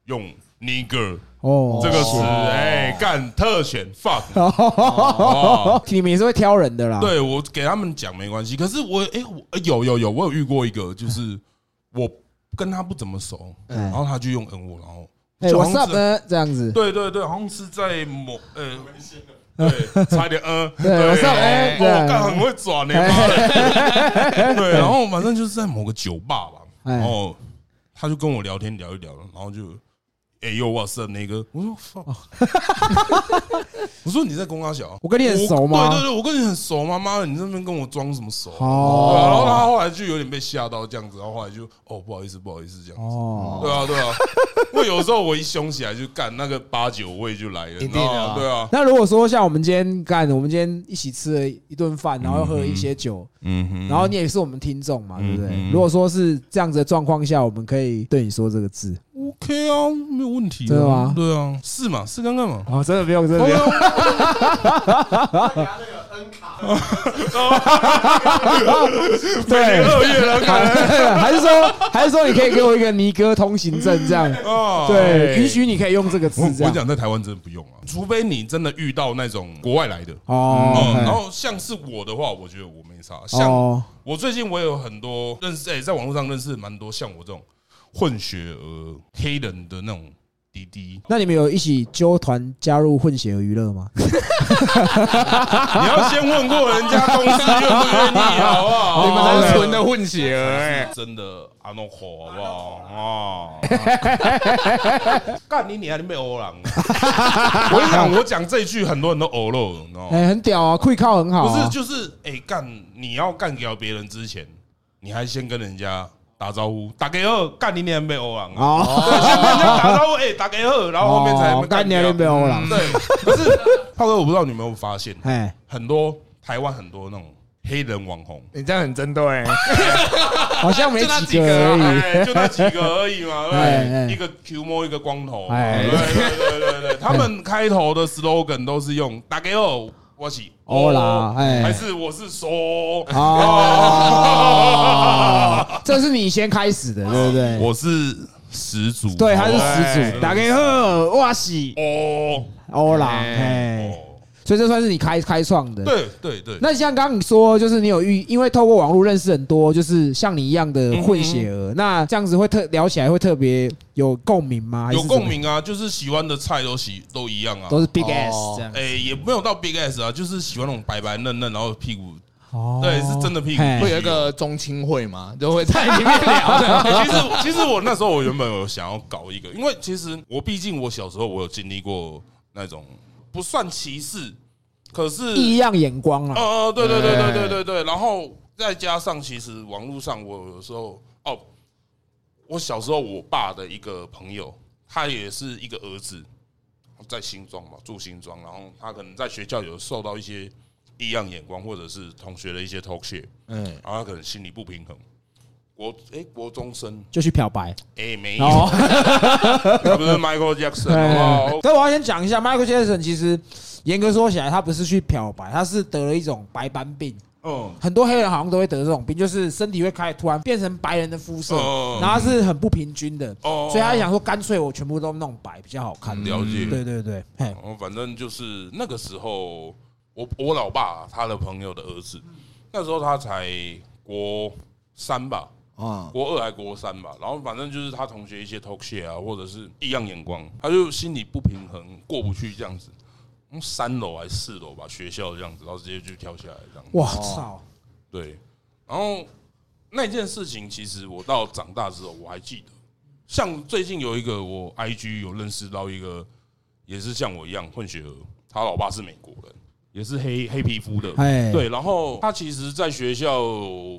Speaker 3: 用 nigger
Speaker 1: 哦
Speaker 3: 这个词，
Speaker 1: 是
Speaker 3: 哎，干特选 fuck，
Speaker 1: 哦，你们也是会挑人的啦。
Speaker 3: 对我给他们讲没关系。可是我，哎，我哎有有有，我有遇过一个，就是我跟他不怎么熟，然后他就用 n word，然后
Speaker 1: 哎，
Speaker 3: 就好
Speaker 1: 我 s
Speaker 3: 像
Speaker 1: up
Speaker 3: 是
Speaker 1: 呢？这样子，
Speaker 3: 对对对，好像是在某呃，对，差一点呃，
Speaker 1: 对我上哎
Speaker 3: 哎，
Speaker 1: 对
Speaker 3: 我干很会 转呢，妈的，对，然后反正就是在某个酒吧吧，
Speaker 1: 哎
Speaker 3: 然后他就跟我聊天聊一聊，然后就哎呦哇塞那个，我说 fuck，我 说你在公阿小，
Speaker 1: 哦我跟你很熟吗
Speaker 3: 我对对对，我跟你很熟吗？妈的，你那边跟我装什么熟？
Speaker 1: 哦
Speaker 3: 对啊然后他后来就有点被吓到这样子，然后后来就哦不好意思不好意思这样子，
Speaker 1: 哦，
Speaker 3: 对啊，对啊， 我有时候我一凶起来就干那个八九味就来了，
Speaker 2: 一定
Speaker 3: 你知道吗
Speaker 2: 的啊
Speaker 3: 对啊，
Speaker 1: 那如果说像我们今天干，我们今天一起吃了一顿饭，然后又喝了一些酒，
Speaker 3: 嗯哼
Speaker 1: 然后你也是我们听众嘛，对不对？
Speaker 3: 嗯
Speaker 1: 如果说是这样子的状况下，我们可以对你说这个 字，
Speaker 3: ，OK 啊，没有问题啊，
Speaker 1: 真的吗，
Speaker 3: 对啊，是嘛，是刚刚嘛
Speaker 1: 哦，真的不用，真的不用，
Speaker 4: 拿那个 N 卡，
Speaker 1: 对，
Speaker 3: 二月了，看
Speaker 1: 还是说还是说你可以给我一个尼哥通行证这 样，
Speaker 3: 啊，
Speaker 1: 对，允许你可以用这个
Speaker 3: 我
Speaker 1: 字这
Speaker 3: 我
Speaker 1: 样，
Speaker 3: 讲在台湾真的不用啊，除非你真的遇到那种国外来的。
Speaker 1: 哦
Speaker 3: 嗯，
Speaker 1: 嘿
Speaker 3: 然后像是我的话，我觉得我没啥。像
Speaker 1: 哦，
Speaker 3: 我最近我也有很多认识，哎，在网络上认识蛮多像我这种混血儿黑人的那种滴滴，
Speaker 1: 那你们有一起纠团加入混血儿娱乐吗？
Speaker 3: 你要先问过人家公司愿不愿意，好不好？
Speaker 2: 你们是纯的混血儿哎。
Speaker 3: 真的阿诺火好不好？哦，干你你还没欧狼！我跟你讲，我讲这一句，很多人都欧了，你知道吗？
Speaker 1: 哎，很屌啊，会靠很好
Speaker 3: 不
Speaker 1: 啊，
Speaker 3: 是，就是哎干，你要干掉别人之前，你还先跟人家打招呼，打给二，干你你还没欧狼啊！
Speaker 1: 哦。
Speaker 3: 对先跟人家打招呼，哎，打给二，然后后面才
Speaker 1: 干
Speaker 3: 干
Speaker 1: 你那
Speaker 3: 掉。嗯
Speaker 1: 边欧啦，
Speaker 3: 对，可是炮哥，我不知道你有没有发现，
Speaker 1: 哎，
Speaker 3: 很多台湾很多那种黑人网红。
Speaker 2: 你这样很针对，
Speaker 1: 好像没
Speaker 2: 就那
Speaker 1: 几
Speaker 2: 几
Speaker 1: 个
Speaker 2: 个
Speaker 1: 而已。
Speaker 3: 哎，就那几个而已 嘛，
Speaker 1: 哎哎
Speaker 3: 对，一个 Q 摸一个光头，
Speaker 1: 哎
Speaker 3: 对对对对 对，他们开头的 slogan 都是用打给我，我是哦
Speaker 1: 欧啦哎
Speaker 3: 还是我是说，
Speaker 1: 哦，这是你先开始的，对不对？
Speaker 3: 我是始祖，哎
Speaker 1: 对，他是始祖。打给呵，哇西
Speaker 3: 哦，
Speaker 1: 欧啦，
Speaker 2: 哎
Speaker 1: 哎，所以这算是你开开创的。
Speaker 3: 对对对，
Speaker 1: 那像刚刚你说，就是你有遇，因为透过网络认识很多，就是像你一样的混血儿，那这样子会特聊起来会特别有共鸣吗？还是
Speaker 3: 有
Speaker 1: 怎么
Speaker 3: 共，鸣啊，就是喜欢的菜都喜都一样啊
Speaker 1: 都。是 big
Speaker 2: 哦
Speaker 1: ass 这样。
Speaker 3: 哎，也没有到 big S 啊，就是喜欢那种白白嫩嫩，然后屁股。
Speaker 1: 哦
Speaker 3: 对是真的屁股
Speaker 1: 嘿
Speaker 2: 会有一个中青会嘛，就会在里面聊的。
Speaker 3: 其实，其实我那时候我原本有想要搞一个，因为其实我毕竟我小时候我有经历过那种不算歧视，可是
Speaker 1: 异样眼光啊啦。
Speaker 3: 呃，对对对对对对对，然后再加上其实网络上我有时候哦，我小时候我爸的一个朋友，他也是一个儿子，在新庄嘛，住新庄，然后他可能在学校有受到一些异样眼光，或者是同学的一些偷窃，
Speaker 2: 嗯，
Speaker 3: 然啊后他可能心里不平衡。国哎、国中生
Speaker 1: 就去漂白。
Speaker 3: 哎、没
Speaker 1: 然后
Speaker 3: 有，他不是 Michael Jackson 哦好不好
Speaker 1: 但哎我要先讲一下，Michael Jackson 其实严格说起来，他不是去漂白，他是得了一种白斑病。
Speaker 3: 嗯，
Speaker 1: 很多黑人好像都会得这种病，就是身体会开始突然变成白人的肤色，
Speaker 3: 哦
Speaker 1: 然后它是很不平均的，
Speaker 3: 哦嗯
Speaker 1: 所以他想说干脆我全部都弄白比较好看。
Speaker 3: 了解。
Speaker 1: 对对对，嘿，
Speaker 3: 然后哦反正就是那个时候，我我老爸他的朋友的儿子，那时候他才国三吧，
Speaker 2: 啊，
Speaker 3: 国二还国三吧，然后反正就是他同学一些偷窃啊，或者是异样眼光，他就心里不平衡，过不去这样子。嗯三楼还是四楼吧，学校这样子，然后直接就跳下来这样子。
Speaker 1: 哇操，
Speaker 3: 对，然后那件事情其实我到长大之后我还记得，像最近有一个我 IG 有认识到一个也是像我一样混血儿，他老爸是美国人，也是黑黑皮肤的，
Speaker 1: 哎，
Speaker 3: 对，然后他其实，在学校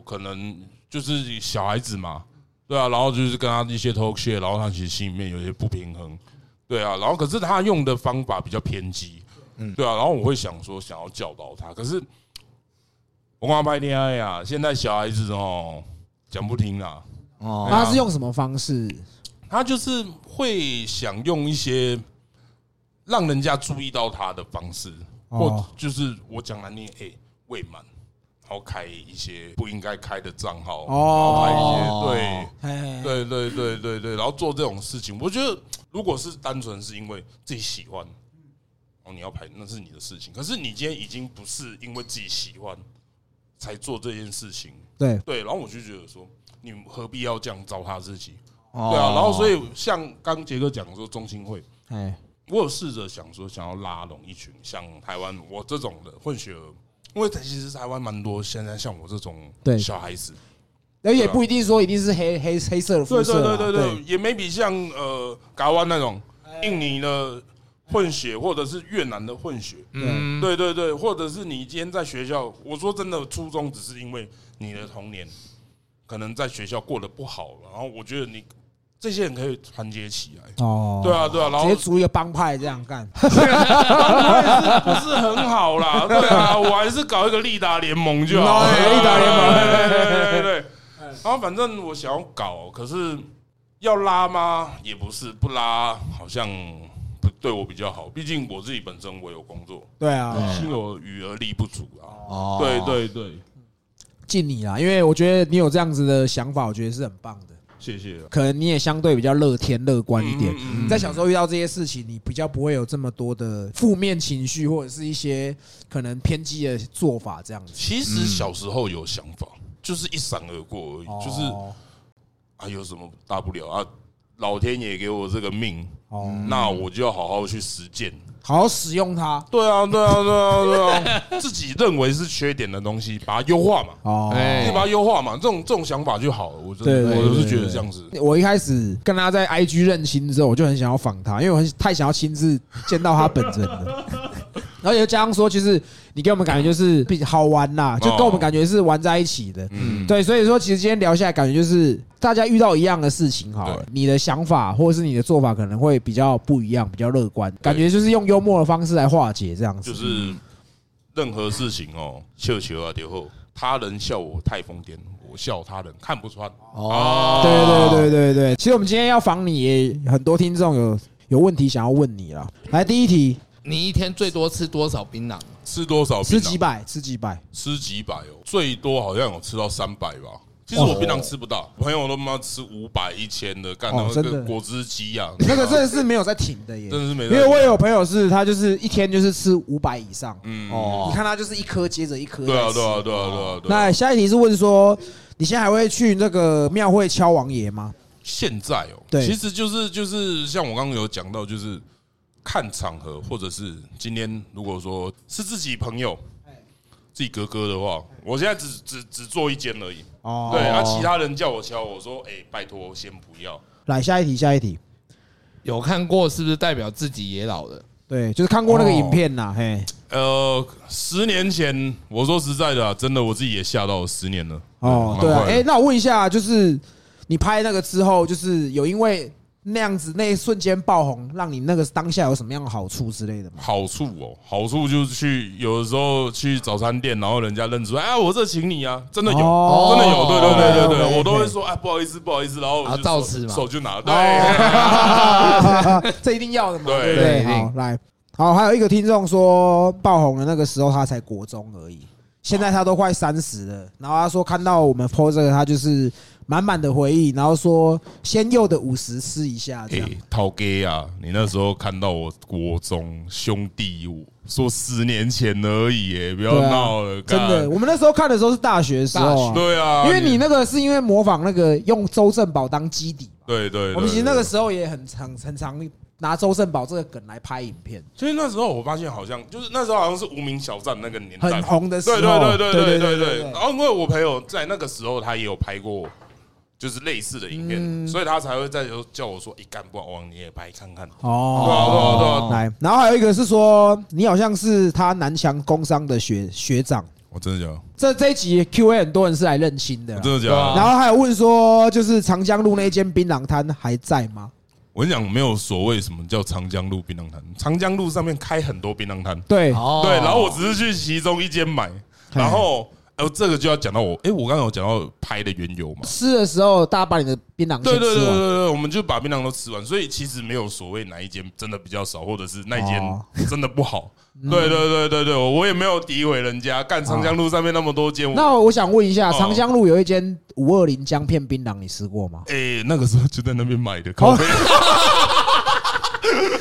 Speaker 3: 可能就是小孩子嘛，对啊，然后就是跟他一些 talk shit，然后他其实心里面有些不平衡，对啊，然后可是他用的方法比较偏激，嗯，对啊，然后我会想说想要教导他，可是我跟他拍恋爱呀，现在小孩子哦讲不听啊，
Speaker 2: 哦，
Speaker 1: 那他是用什么方式？
Speaker 3: 他就是会想用一些让人家注意到他的方式，或
Speaker 1: 哦
Speaker 3: 就是我讲难听，哎，未满，然后开一些不应该开的账号，
Speaker 1: 哦
Speaker 3: 然后开一些
Speaker 1: 哎，
Speaker 3: 对对对对对对，然后做这种事情，我觉得如果是单纯是因为自己喜欢，哦，你要拍那是你的事情，可是你今天已经不是因为自己喜欢才做这件事情，
Speaker 1: 对，
Speaker 3: 对，然后我就觉得说，你何必要这样糟蹋自己？
Speaker 2: 对
Speaker 3: 对啊，然后所以像刚杰哥讲说中心会，
Speaker 1: 哎，
Speaker 3: 我有试着想说想要拉拢一群像台湾我这种的混血儿，因为其实台湾蛮多现在像我这种
Speaker 1: 对
Speaker 3: 小孩子，
Speaker 1: 而且不一定说一定是黑黑黑色的肤
Speaker 3: 对对
Speaker 1: 色啊
Speaker 3: 对
Speaker 1: 啦，
Speaker 3: 对对，也没比像呃嘎湾那种印尼的混血或者是越南的混血，
Speaker 2: 嗯，
Speaker 3: 对对对，或者是你今天在学校，我说真的，初中只是因为你的童年可能在学校过得不好，然后我觉得你这些人可以团结起来。
Speaker 1: 哦，
Speaker 3: 对啊，对啊，然
Speaker 1: 直
Speaker 3: 后
Speaker 1: 接组一个帮派这样 干，
Speaker 3: 不是很好 啦，对啊，我还是搞一个利达联盟就好，
Speaker 1: 哎利达联盟哎
Speaker 3: 对对对对对。然后反正我想要搞，可是要拉吗？也不是，不拉好像不对我比较好，毕竟我自己本身我有工作，
Speaker 1: 对啊，
Speaker 3: 心有余而力不足啊。
Speaker 2: 哦，
Speaker 3: 对，对对，
Speaker 1: 敬你啦，因为我觉得你有这样子的想法，我觉得是很棒的。
Speaker 3: 谢谢啊。
Speaker 1: 可能你也相对比较乐天乐观一点
Speaker 3: 嗯嗯嗯，嗯
Speaker 1: 在小时候遇到这些事情，你比较不会有这么多的负面情绪，或者是一些可能偏激的做法这样子。
Speaker 3: 其实小时候有想法，就是一闪而过而已，就是
Speaker 1: 嗯哦
Speaker 3: 啊有什么大不了啊，老天爷给我这个命，
Speaker 1: 哦，
Speaker 3: 那我就要好好去实践。
Speaker 1: 好好使用它
Speaker 3: 对啊，对啊，对啊，对啊， 自己认为是缺点的东西，把它优化嘛，
Speaker 1: 哦。
Speaker 2: 哎
Speaker 3: 自己把它优化嘛，这种这种想法就好了。我真
Speaker 1: 对
Speaker 3: 的，
Speaker 1: 对
Speaker 3: 我就是
Speaker 1: 对
Speaker 3: 觉得这样子。
Speaker 1: 我一开始跟他在 IG 认亲之后，我就很想要访他，因为我很太想要亲自见到他本人 了。然后又加上说，就是你给我们感觉就是比好玩啦，就跟我们感觉是玩在一起的。
Speaker 3: 哦嗯，
Speaker 1: 对，所以说其实今天聊下来，感觉就是大家遇到一样的事情好了
Speaker 3: 对，
Speaker 1: 你的想法或者是你的做法可能会比较不一样，比较乐观，感觉就是用幽默的方式来化解这样子。
Speaker 3: 就是任何事情哦，笑球啊，然后他人笑我太疯癫，我笑他人看不穿。
Speaker 1: 哦对
Speaker 3: 啊
Speaker 1: 对对对对，其实我们今天要访你，也很多听众有有问题想要问你了。来，第一题，
Speaker 2: 你一天最多吃多少槟榔？
Speaker 3: 吃多少槟
Speaker 1: 吃
Speaker 3: 榔？
Speaker 1: 几百，吃几百，
Speaker 3: 吃几百哦，最多好像有吃到三百吧。其实我槟榔吃不到，朋友都妈吃五百、一千的，干
Speaker 1: 哦哦
Speaker 3: 那
Speaker 1: 真的
Speaker 3: 个果汁机啊，
Speaker 1: 那个真的是没有在停的耶。
Speaker 3: 真的是没
Speaker 1: 因
Speaker 3: 在
Speaker 1: 为我有朋友是他就是一天就是吃五百以上，
Speaker 3: 嗯，
Speaker 1: 你
Speaker 2: 哦，
Speaker 1: 看他就是一颗接着一颗在吃。
Speaker 3: 对啊，对啊，对啊，对啊。对啊
Speaker 1: 哦那下一题是问说，你现在还会去那个庙会敲王爷吗？
Speaker 3: 现在哦，
Speaker 1: 对
Speaker 3: 其实就是就是像我刚刚有讲到，就是看场合，或者是今天如果说是自己朋友
Speaker 1: 哎，
Speaker 3: 自己哥哥的话，我现在只只只做一间而已。
Speaker 1: 哦，
Speaker 3: 对，啊，其他人叫我敲，我说哎、拜托先不要。
Speaker 1: 来下一题，下一题，
Speaker 2: 有看过是不是代表自己也老了？
Speaker 1: 对，就是看过那
Speaker 3: 哦
Speaker 1: 个影片呐，嘿，
Speaker 3: 呃，十年前我说实在的啊、真的我自己也吓到了十年了。
Speaker 1: 哦，
Speaker 3: 蛮
Speaker 1: 对啊，
Speaker 3: 快的
Speaker 1: 哎，那我问一下，就是你拍那个之后，就是有因为那样子那一瞬间爆红，让你那个当下有什么样的好处之类的吗？
Speaker 3: 好处哦，好处就是去有的时候去早餐店，然后人家认出来，哎，我这请你啊，真的有，
Speaker 1: 哦
Speaker 3: 真的有，对对对对
Speaker 1: OK，OK，OK
Speaker 3: 对，我都会说，哎，不好意思，不好意思，然后我
Speaker 2: 啊
Speaker 3: 就
Speaker 2: 照
Speaker 3: 手
Speaker 2: 吃嘛
Speaker 3: 手就拿，对，
Speaker 1: 哦这一定要的嘛？
Speaker 3: 对
Speaker 1: 对不对，
Speaker 2: 对一定
Speaker 1: 好来，好，还有一个听众说，爆红的那个时候他才国中而已，现在他都快三十了，然后他说看到我们 PO 这个，他就是满满的回忆，然后说鲜幼的五十吃一下这样
Speaker 3: 哎。，涛哥啊，你那时候看到我国中兄弟，我说十年前而已，哎，不要
Speaker 1: 对啊
Speaker 3: 闹了，
Speaker 1: 真的，
Speaker 3: 干，
Speaker 1: 我们那时候看的时候是大学的时候啊，
Speaker 3: 对啊，
Speaker 1: 因为你那个是因为模仿那个用周正宝当基底嘛，
Speaker 3: 对对，对
Speaker 1: 我们其实那
Speaker 3: 对
Speaker 1: 个时候也很常很常拿周正宝这个梗来拍影片，
Speaker 3: 所以那时候我发现好像就是那时候好像是无名小站那个年代
Speaker 1: 很，红的时候，
Speaker 3: 对对对对对对对。
Speaker 1: 对
Speaker 3: 然后因为我朋友在那个时候他也有拍过就是类似的影片，所以他才会在有叫我说：“一哎干不往你也拍看看。”对啊对啊对啊
Speaker 1: 哦，来，然后还有一个是说你好像是他南强工商的学学长，
Speaker 3: 我哦真的假的？
Speaker 1: 这这一集 Q&A 很多人是来认亲的
Speaker 3: 我
Speaker 1: 啦，
Speaker 3: 真的假
Speaker 2: 对啊
Speaker 3: 的？
Speaker 1: 然后还有问说就是长江路那间槟榔摊还在吗？
Speaker 3: 我跟你讲，没有所谓什么叫长江路槟榔摊，长江路上面开很多槟榔摊，
Speaker 1: 对，
Speaker 2: 哦
Speaker 3: 对，然后我只是去其中一间买，然后呃，这个就要讲到我，哎，我刚刚有讲到拍的缘由嘛，
Speaker 1: 吃的时候大家把你的槟榔
Speaker 3: 对
Speaker 1: 先
Speaker 3: 对对
Speaker 1: 吃
Speaker 3: 对
Speaker 1: 完。
Speaker 3: 对，我们就把槟榔都吃完，所以其实没有所谓哪一间真的比较少，或者是那一
Speaker 1: 哦嗯
Speaker 3: 间 真的不好。对对对对对，我也没有诋毁人家，干长江路上面那么多间，我
Speaker 1: 那我想问一下，
Speaker 3: 哦
Speaker 1: 长江路有一间五二零姜片槟榔，你吃过吗？
Speaker 3: 哎，那个时候就在那边买的，
Speaker 1: 哦
Speaker 3: 靠背。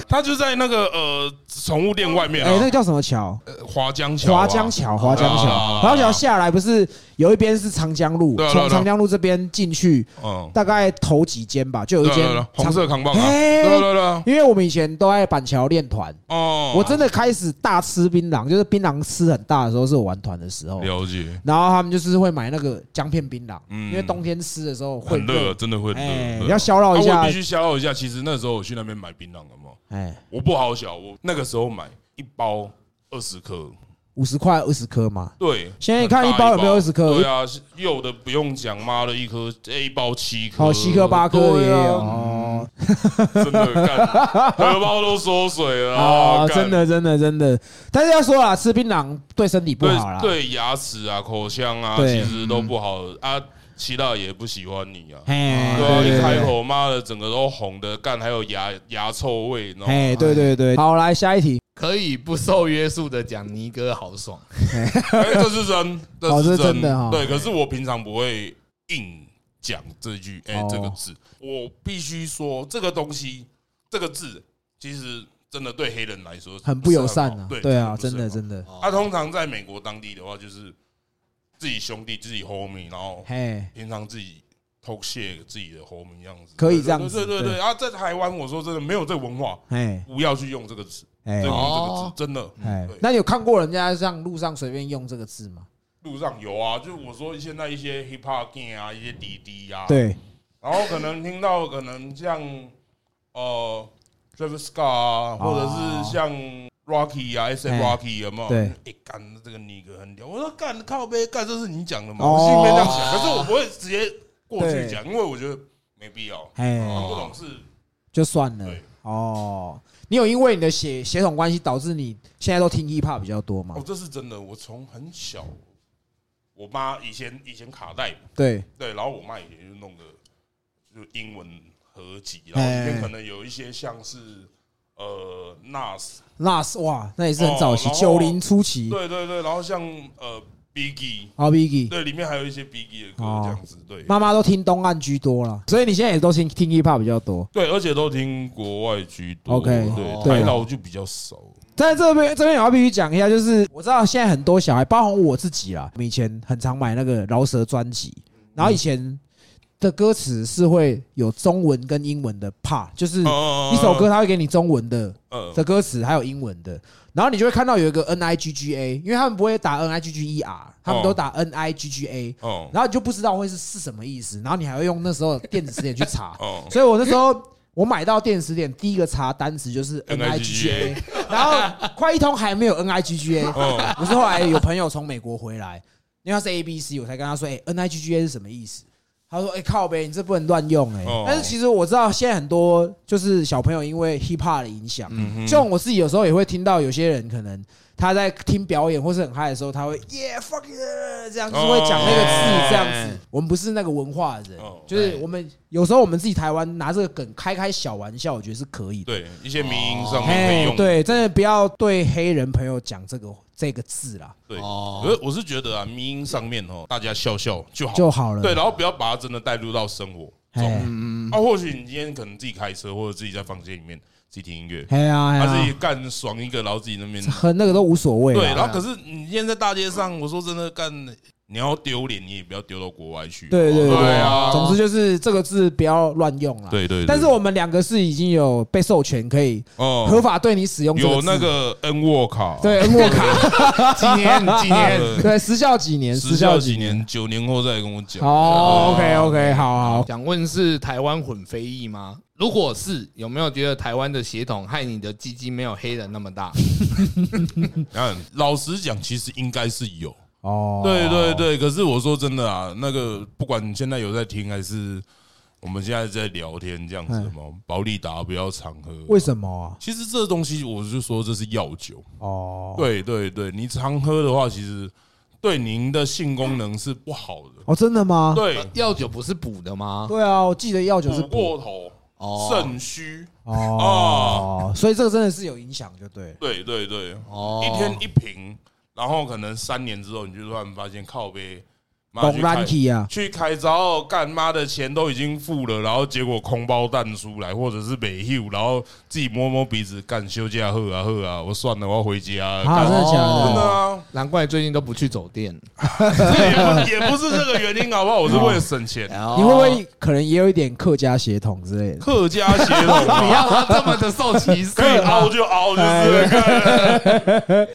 Speaker 3: 他就在那个呃宠物店外面
Speaker 1: 哎，那个
Speaker 3: 啊，
Speaker 1: 叫什么桥？
Speaker 3: 呃华江桥啊，
Speaker 1: 华江桥，华江
Speaker 3: 啊
Speaker 1: 桥，华江桥下来不是有一边是长江路
Speaker 3: 对，啊对啊
Speaker 1: 从
Speaker 3: 对啊
Speaker 1: 长江路这边进去，
Speaker 3: 嗯，
Speaker 1: 大概头几间吧，就有
Speaker 3: 对
Speaker 1: 一
Speaker 3: 啊
Speaker 1: 间
Speaker 3: 对啊
Speaker 1: 长哎
Speaker 3: 红色扛棒啊，
Speaker 1: 嘿
Speaker 3: 对啊对啊对啊，
Speaker 1: 因为我们以前都在板桥练团，
Speaker 3: 哦，
Speaker 1: 我真的开始大吃槟榔，就是槟榔吃很大的时候，是我玩团的时候。
Speaker 3: 了解，
Speaker 1: 然后他们就是会买那个姜片槟榔，
Speaker 3: 嗯
Speaker 1: 因为冬天吃的时候会
Speaker 3: 很热，，真的会热
Speaker 1: 哎，，
Speaker 3: 对
Speaker 1: 要消耗一
Speaker 3: 啊我
Speaker 1: 下
Speaker 3: 必，须消耗一下。其实那时候我去那边买槟榔了嘛，
Speaker 1: 哎，
Speaker 3: 我不好小，我那个时候买一包二十颗，
Speaker 1: 五十块二十颗嘛，
Speaker 3: 对。
Speaker 1: 现在看
Speaker 3: 很
Speaker 1: 一包
Speaker 3: 大
Speaker 1: 有没有二十颗
Speaker 3: 对啊，是有的不用讲，妈的，一颗这一包七颗，
Speaker 1: 哦，七颗八颗
Speaker 3: 呃对
Speaker 1: 也有
Speaker 3: 啊，
Speaker 1: 哦。
Speaker 3: 真 的干，荷包都缩水了
Speaker 1: 啊，
Speaker 3: 啊，干
Speaker 1: 真。的，真的，真的。但是要说啦，吃槟榔对身体不
Speaker 3: 对
Speaker 1: 好啦。
Speaker 3: 对，牙齿啊、口腔啊，
Speaker 1: 对
Speaker 3: 其实都不好啊。七大也不喜欢你啊，
Speaker 1: 嘿，
Speaker 3: 对啊，
Speaker 1: 对
Speaker 3: 一
Speaker 1: 对
Speaker 3: 开
Speaker 1: 对，
Speaker 3: 口妈的，整个都红的，干还有牙牙臭味，然后哎
Speaker 1: 嘿，对对对。好，来下一题。
Speaker 2: 可以不受约束的讲尼哥好爽，
Speaker 3: 哎，这是真，
Speaker 1: 哦这是
Speaker 3: 是
Speaker 1: 真的哈
Speaker 3: 对，可是我平常不会硬讲这句“哎
Speaker 1: 哦”
Speaker 3: 这个字，我必须说这个东西，这个字其实真的对黑人来说
Speaker 1: 很不友善
Speaker 3: 啊
Speaker 1: 啊。。
Speaker 3: 对
Speaker 1: 对啊，
Speaker 3: 真
Speaker 1: 真的
Speaker 3: 的
Speaker 1: 真的。
Speaker 3: 不是很好。他通常在美国当地的话，就是自己兄弟、自己 homie，然后
Speaker 1: 嘿，
Speaker 3: 平常自己偷窃自己的 homie 这样子，
Speaker 1: 可以这样子
Speaker 3: 对对对
Speaker 1: 对
Speaker 3: 对。啊，在台湾，我说真的没有这个文化，
Speaker 1: 嘿，
Speaker 3: 不要去用这个词，不
Speaker 1: 哎
Speaker 3: 要
Speaker 1: 哎
Speaker 3: 用这个
Speaker 2: 哦
Speaker 3: 词，真的。
Speaker 1: 哎
Speaker 3: 嗯对，
Speaker 1: 那你有看过人家像路上随便用这个字吗？
Speaker 3: 路上有啊，就是我说现在一些 hip hop gang 啊，一些滴滴啊，，
Speaker 1: 对，
Speaker 3: 然后可能听到可能像呃 Travis Scott 啊，或者是像 Rocky 啊，S M
Speaker 1: 哎
Speaker 3: Rocky 有没有？
Speaker 1: 对
Speaker 3: 哎干这个尼哥很屌，我说干靠背干，这是你讲的嘛？
Speaker 1: 哦
Speaker 3: 我心里面这样想，可是我不会直接过去讲，因为我觉得没必要，
Speaker 1: 嘿，
Speaker 3: 我不懂事。
Speaker 1: 就算了
Speaker 3: 对。
Speaker 1: 哦，你有因为你的血血统关系导致你现在都听 hiphop 比较多吗
Speaker 3: 哦，？这是真的，我从很小，我妈以前以前卡带嘛
Speaker 1: 对，
Speaker 3: 对，然后我妈以前就弄个就英文合集，然后
Speaker 1: 哎
Speaker 3: 里面可能有一些像是呃 Nas，
Speaker 1: 那是哇，那也是很早期，
Speaker 3: 哦然后
Speaker 1: 九零初期。
Speaker 3: 对对对，然后像呃 Biggie，
Speaker 1: 好 b i g g
Speaker 3: 对，里面还有一些 Biggie 的歌
Speaker 1: 哦
Speaker 3: 这样子，对
Speaker 1: 妈妈都听东岸居多了，所以你现在也都听听 hiphop 比较多。
Speaker 3: 对，而且都听国外居多
Speaker 1: OK，
Speaker 3: 对，
Speaker 1: 对哦
Speaker 3: 台老就比较少，
Speaker 1: 在这边这边我要必须讲一下，就是我知道现在很多小孩，包含我自己啦，我们以前很常买那个饶舌专辑，然后以前的歌词是会有中文跟英文的 part，就是
Speaker 3: 一
Speaker 1: 一首歌，它会给你中文的
Speaker 3: 呃
Speaker 1: 的歌词，还有英文的，然后你就会看到有一个 N I G G A，因为他们不会打 N I G G E R，他们都打 N I G G A，
Speaker 3: 哦
Speaker 1: 然后你就不知道会是是什么意思，然后你还会用那时候的电子词典去查，
Speaker 3: 哦，
Speaker 1: 所以我那时候我买到电子典，第一个查单词就是 N I G G A，然后快一通还没有 N I G G A，
Speaker 3: 哦
Speaker 1: 我是哎后来有朋友从美国回来，因为他是 A B C，我才跟他说，哎，N I G G A 是什么意思？他说：“哎、靠呗，你这不能乱用哎、
Speaker 3: 哦
Speaker 1: 但是其实我知道现在很多就是小朋友因为 hip hop 的影响，
Speaker 3: 嗯哼
Speaker 1: 像我自己有时候也会听到有些人可能他在听表演或是很嗨的时候，他会 yeah fuck it 这样，就是会讲那个
Speaker 3: 哦
Speaker 1: 字这样子。我们不是那个文化的人
Speaker 3: 哦，
Speaker 1: 就是我们有时候我们自己台湾拿这个梗开开小玩笑，我觉得是可以的。
Speaker 3: 对一些迷音上面可以
Speaker 1: 哎，
Speaker 3: 用。
Speaker 1: 对，真的不要对黑人朋友讲这个这个字啦，
Speaker 3: 对，
Speaker 2: 哦
Speaker 3: 可是我是觉得啊，迷音上面哦，大家笑笑就好，
Speaker 1: 就好了。
Speaker 3: 对，然后不要把它真的带入到生活
Speaker 1: 哎
Speaker 3: 中。啊，或许你今天可能自己开车，或者自己在房间里面自己听音乐，
Speaker 1: 哎呀，哎
Speaker 3: 他
Speaker 1: 呀
Speaker 3: 自己干爽一个，然后自己那边
Speaker 1: 很那个都无所谓啦。
Speaker 3: 嗯对，然后可是你今天在大街上，我说真的干，你要丢脸，你也不要丢到国外去。
Speaker 1: 对对
Speaker 3: 对啊
Speaker 1: 总之就是这个字不要乱用啦。
Speaker 3: 对对对
Speaker 1: 但是我们两个是已经有被授权可以
Speaker 3: 哦
Speaker 1: 合法对你使用这
Speaker 3: 有那
Speaker 1: 字
Speaker 3: 个 N 沃卡，
Speaker 1: 对莫卡，
Speaker 2: 几年几年，
Speaker 3: 对
Speaker 1: 对时效几年，
Speaker 3: 时效几。年，九年后再跟我讲。
Speaker 1: 哦，OK OK，好好。
Speaker 2: 想问是台湾混非裔吗？如果是，有没有觉得台湾的血统害你的鸡鸡没有黑人那么大？
Speaker 3: 嗯，老实讲，其实应该是有。
Speaker 1: 哦，
Speaker 3: 对对对，可是我说真的啊，那个不管你现在有在听还是我们现在在聊天这样子嘛，保利达不要常喝。
Speaker 1: 哎为什么啊？
Speaker 3: 其实这东西，我就说这是药酒。
Speaker 1: 哦，
Speaker 3: 对对对，你常喝的话，其实对您的性功能是不好的。
Speaker 1: 哦，真的吗？
Speaker 3: 对，
Speaker 2: 药酒不是补的吗？
Speaker 1: 对啊，我记得药酒是
Speaker 3: 补过头、肾虚，啊
Speaker 1: 哦，所以这个真的是有影响，就对了。
Speaker 3: 对对对，
Speaker 2: 哦
Speaker 3: 一天一瓶，然后可能三年之后，你就突然发现靠背，妈
Speaker 1: 懂
Speaker 3: 去开
Speaker 1: Ranky 啊？
Speaker 3: 去开招，干妈的钱都已经付了，然后结果空包蛋出来，或者是没 h 然后自己摸摸鼻子，干休假喝啊喝啊，我算了，我要回家了。
Speaker 1: 啊，
Speaker 3: 干
Speaker 1: 真的假
Speaker 3: 呃真的
Speaker 1: 的？
Speaker 3: 啊，
Speaker 2: 难怪最近都不去酒店。
Speaker 3: 这 也不也不是这个原因，好不好？我是为了省钱。
Speaker 1: 你会不会可能也有一点客家血统之类的？
Speaker 3: 客家血统
Speaker 2: 你
Speaker 3: 啊，
Speaker 2: 要他 这么的受歧视啊
Speaker 3: 可以啊
Speaker 2: 吗
Speaker 3: 凹？就凹，就是哎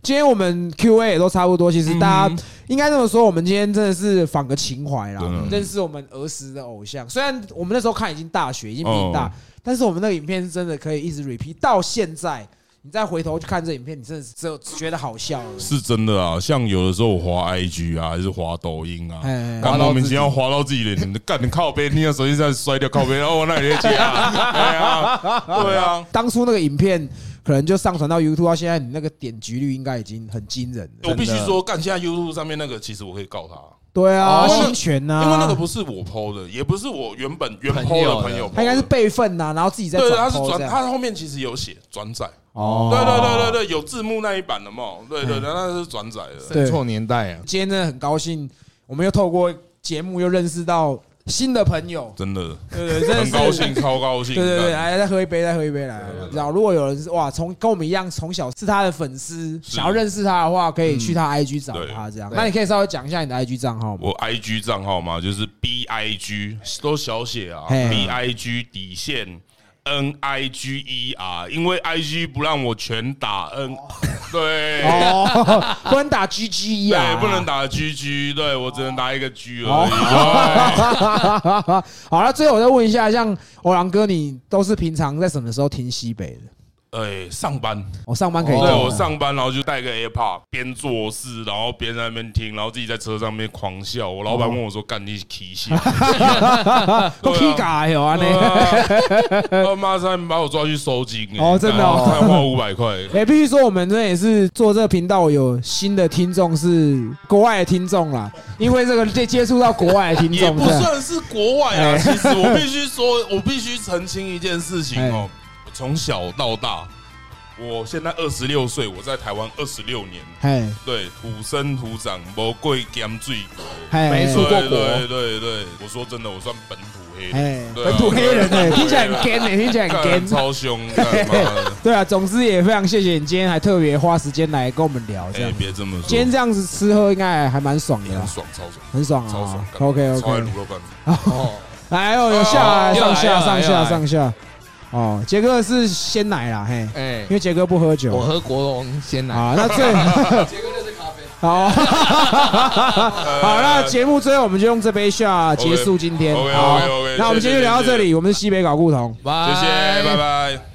Speaker 1: 今天我们 Q&A 也都差不多，其实大
Speaker 3: 嗯
Speaker 1: 家应该这么说，我们今天真的是访个情怀啦
Speaker 3: 真的，
Speaker 1: 认识我们儿时的偶像。虽然我们那时候看已经大学，已经比你大
Speaker 3: 哦，
Speaker 1: 但是我们那个影片是真的可以一直 repeat 到现在。你再回头去看这影片，你真的只有只觉得好笑而已。
Speaker 3: 是真的啊，像有的时候我滑 IG 啊，还是滑抖音啊，
Speaker 1: 哎
Speaker 3: 干莫名其妙滑到自己脸，干你靠背，你的手机在摔掉靠背，哦，那你也接啊，对啊，对啊，
Speaker 1: 当初那个影片可能就上传到 YouTube，到现在你那个点击率应该已经很惊人了。
Speaker 3: 我必须说，干现在 YouTube 上面那个，其实我可以告他，
Speaker 1: 对啊，
Speaker 2: 哦
Speaker 1: 侵权呐，
Speaker 3: 因为那个不是我 PO 的，也不是我原本原 PO
Speaker 2: 朋友
Speaker 3: 的
Speaker 2: 的
Speaker 3: 朋友 PO 的，
Speaker 1: 他应该是备份啊呐，然后自己再
Speaker 3: 对，他是
Speaker 1: 偷
Speaker 3: 转，
Speaker 1: 这样
Speaker 3: 他后面其实有写转载，
Speaker 1: 哦
Speaker 3: 对对对对对，有字幕那一版的嘛，对对对，那是转载的，
Speaker 1: 对
Speaker 2: 错年 代啊！
Speaker 1: 今天真的很高兴，我们又透过节目又认识到新的朋友，
Speaker 3: 真的
Speaker 1: 对对，真的
Speaker 3: 很
Speaker 1: 是
Speaker 3: 高兴，超高兴，
Speaker 1: 对对哎对，
Speaker 3: 干
Speaker 1: 来再喝一杯，再喝一杯来。然后如果有人是哇，从跟我们一样从小是他的粉丝，想要认识他的话，可以去他 IG 找他这样。
Speaker 2: 对
Speaker 1: 那你可以稍微讲一下你的 IG 账号吗？
Speaker 3: 嗯我 I G 账号嘛，就是 B I G 都小写啊
Speaker 1: 嘿
Speaker 3: ，B I G 底线 N I G E R，因为 I G 不让我全打 N，对，
Speaker 1: 哦， 不能打 E GG
Speaker 3: 对
Speaker 1: 呀，，
Speaker 3: 不能。打 G G，对我只能打一个 G 而已。
Speaker 1: 哦， 好了，最后我再问一下，像欧郎哥，你都是平常在什么时候听西北的？
Speaker 3: 对，哎，上班，
Speaker 1: 我上班可以
Speaker 2: 哦
Speaker 1: 听
Speaker 3: 对
Speaker 1: 吗。
Speaker 3: 我上班，然后就带个 AirPod，边做事，然后边在那边听，然后自己在车上面狂笑。我老板问我说：“干你提线？”
Speaker 1: 我 K 嘎有啊， 那
Speaker 3: 对啊他妈三把我抓去收金欸
Speaker 1: 哦真的哦
Speaker 3: 干还花五百块。
Speaker 1: 哎、必须说我们这也是做这个频道有新的听众是国外的听众啦，因为这个接接触到国外的听
Speaker 3: 也
Speaker 1: 众，
Speaker 3: 不
Speaker 1: 这样
Speaker 3: 算是国外啊。其实我必须说，我必须澄清一件事情哦，我从小到大，我现在二十六岁，我在台湾二十六年，
Speaker 1: 嘿，
Speaker 3: 对，土生土长，魔贵甘罪，
Speaker 1: 嘿，
Speaker 2: 没出错过
Speaker 3: 对
Speaker 2: 国
Speaker 3: 对对对，我说真的，我算本土黑人，
Speaker 1: 嘿，
Speaker 3: 对啊啊
Speaker 1: 本土黑人呢、听起来很 gay 呢、听起来很 gay
Speaker 3: 干。超凶，干妈 的
Speaker 1: 对啊，总之也非常谢谢你今天还特别花时间来跟我们聊这样
Speaker 3: 哎，。别这么说，
Speaker 1: 今天这样子吃喝应该还蛮爽的
Speaker 3: 哎
Speaker 1: 啦
Speaker 3: 很，爽，超爽。
Speaker 1: 很爽
Speaker 3: 超爽
Speaker 1: 啊。OK
Speaker 3: 超爱
Speaker 1: OK，
Speaker 3: 卤肉饭。
Speaker 2: 哦，
Speaker 1: 来哦，有下来
Speaker 2: 又
Speaker 1: 上
Speaker 2: 来
Speaker 1: 下
Speaker 2: 又来
Speaker 1: 上
Speaker 2: 又
Speaker 1: 下
Speaker 2: 来
Speaker 1: 上下。哦，杰哥是鲜奶啦，嘿，
Speaker 2: 哎
Speaker 1: 因，为杰哥不喝
Speaker 2: 我
Speaker 1: 酒。
Speaker 2: 喝国龙鲜奶，
Speaker 1: 啊，那最。
Speaker 4: 杰哥那是咖啡。
Speaker 1: 好，好，那节目最后我们就用这杯下
Speaker 3: OK，
Speaker 1: 结束今天。
Speaker 3: OK，OK，OK，
Speaker 1: 好
Speaker 3: 谢谢
Speaker 1: 那我们今天就聊到这里，我们是西北搞故同。
Speaker 2: 拜
Speaker 3: 谢谢，拜。拜。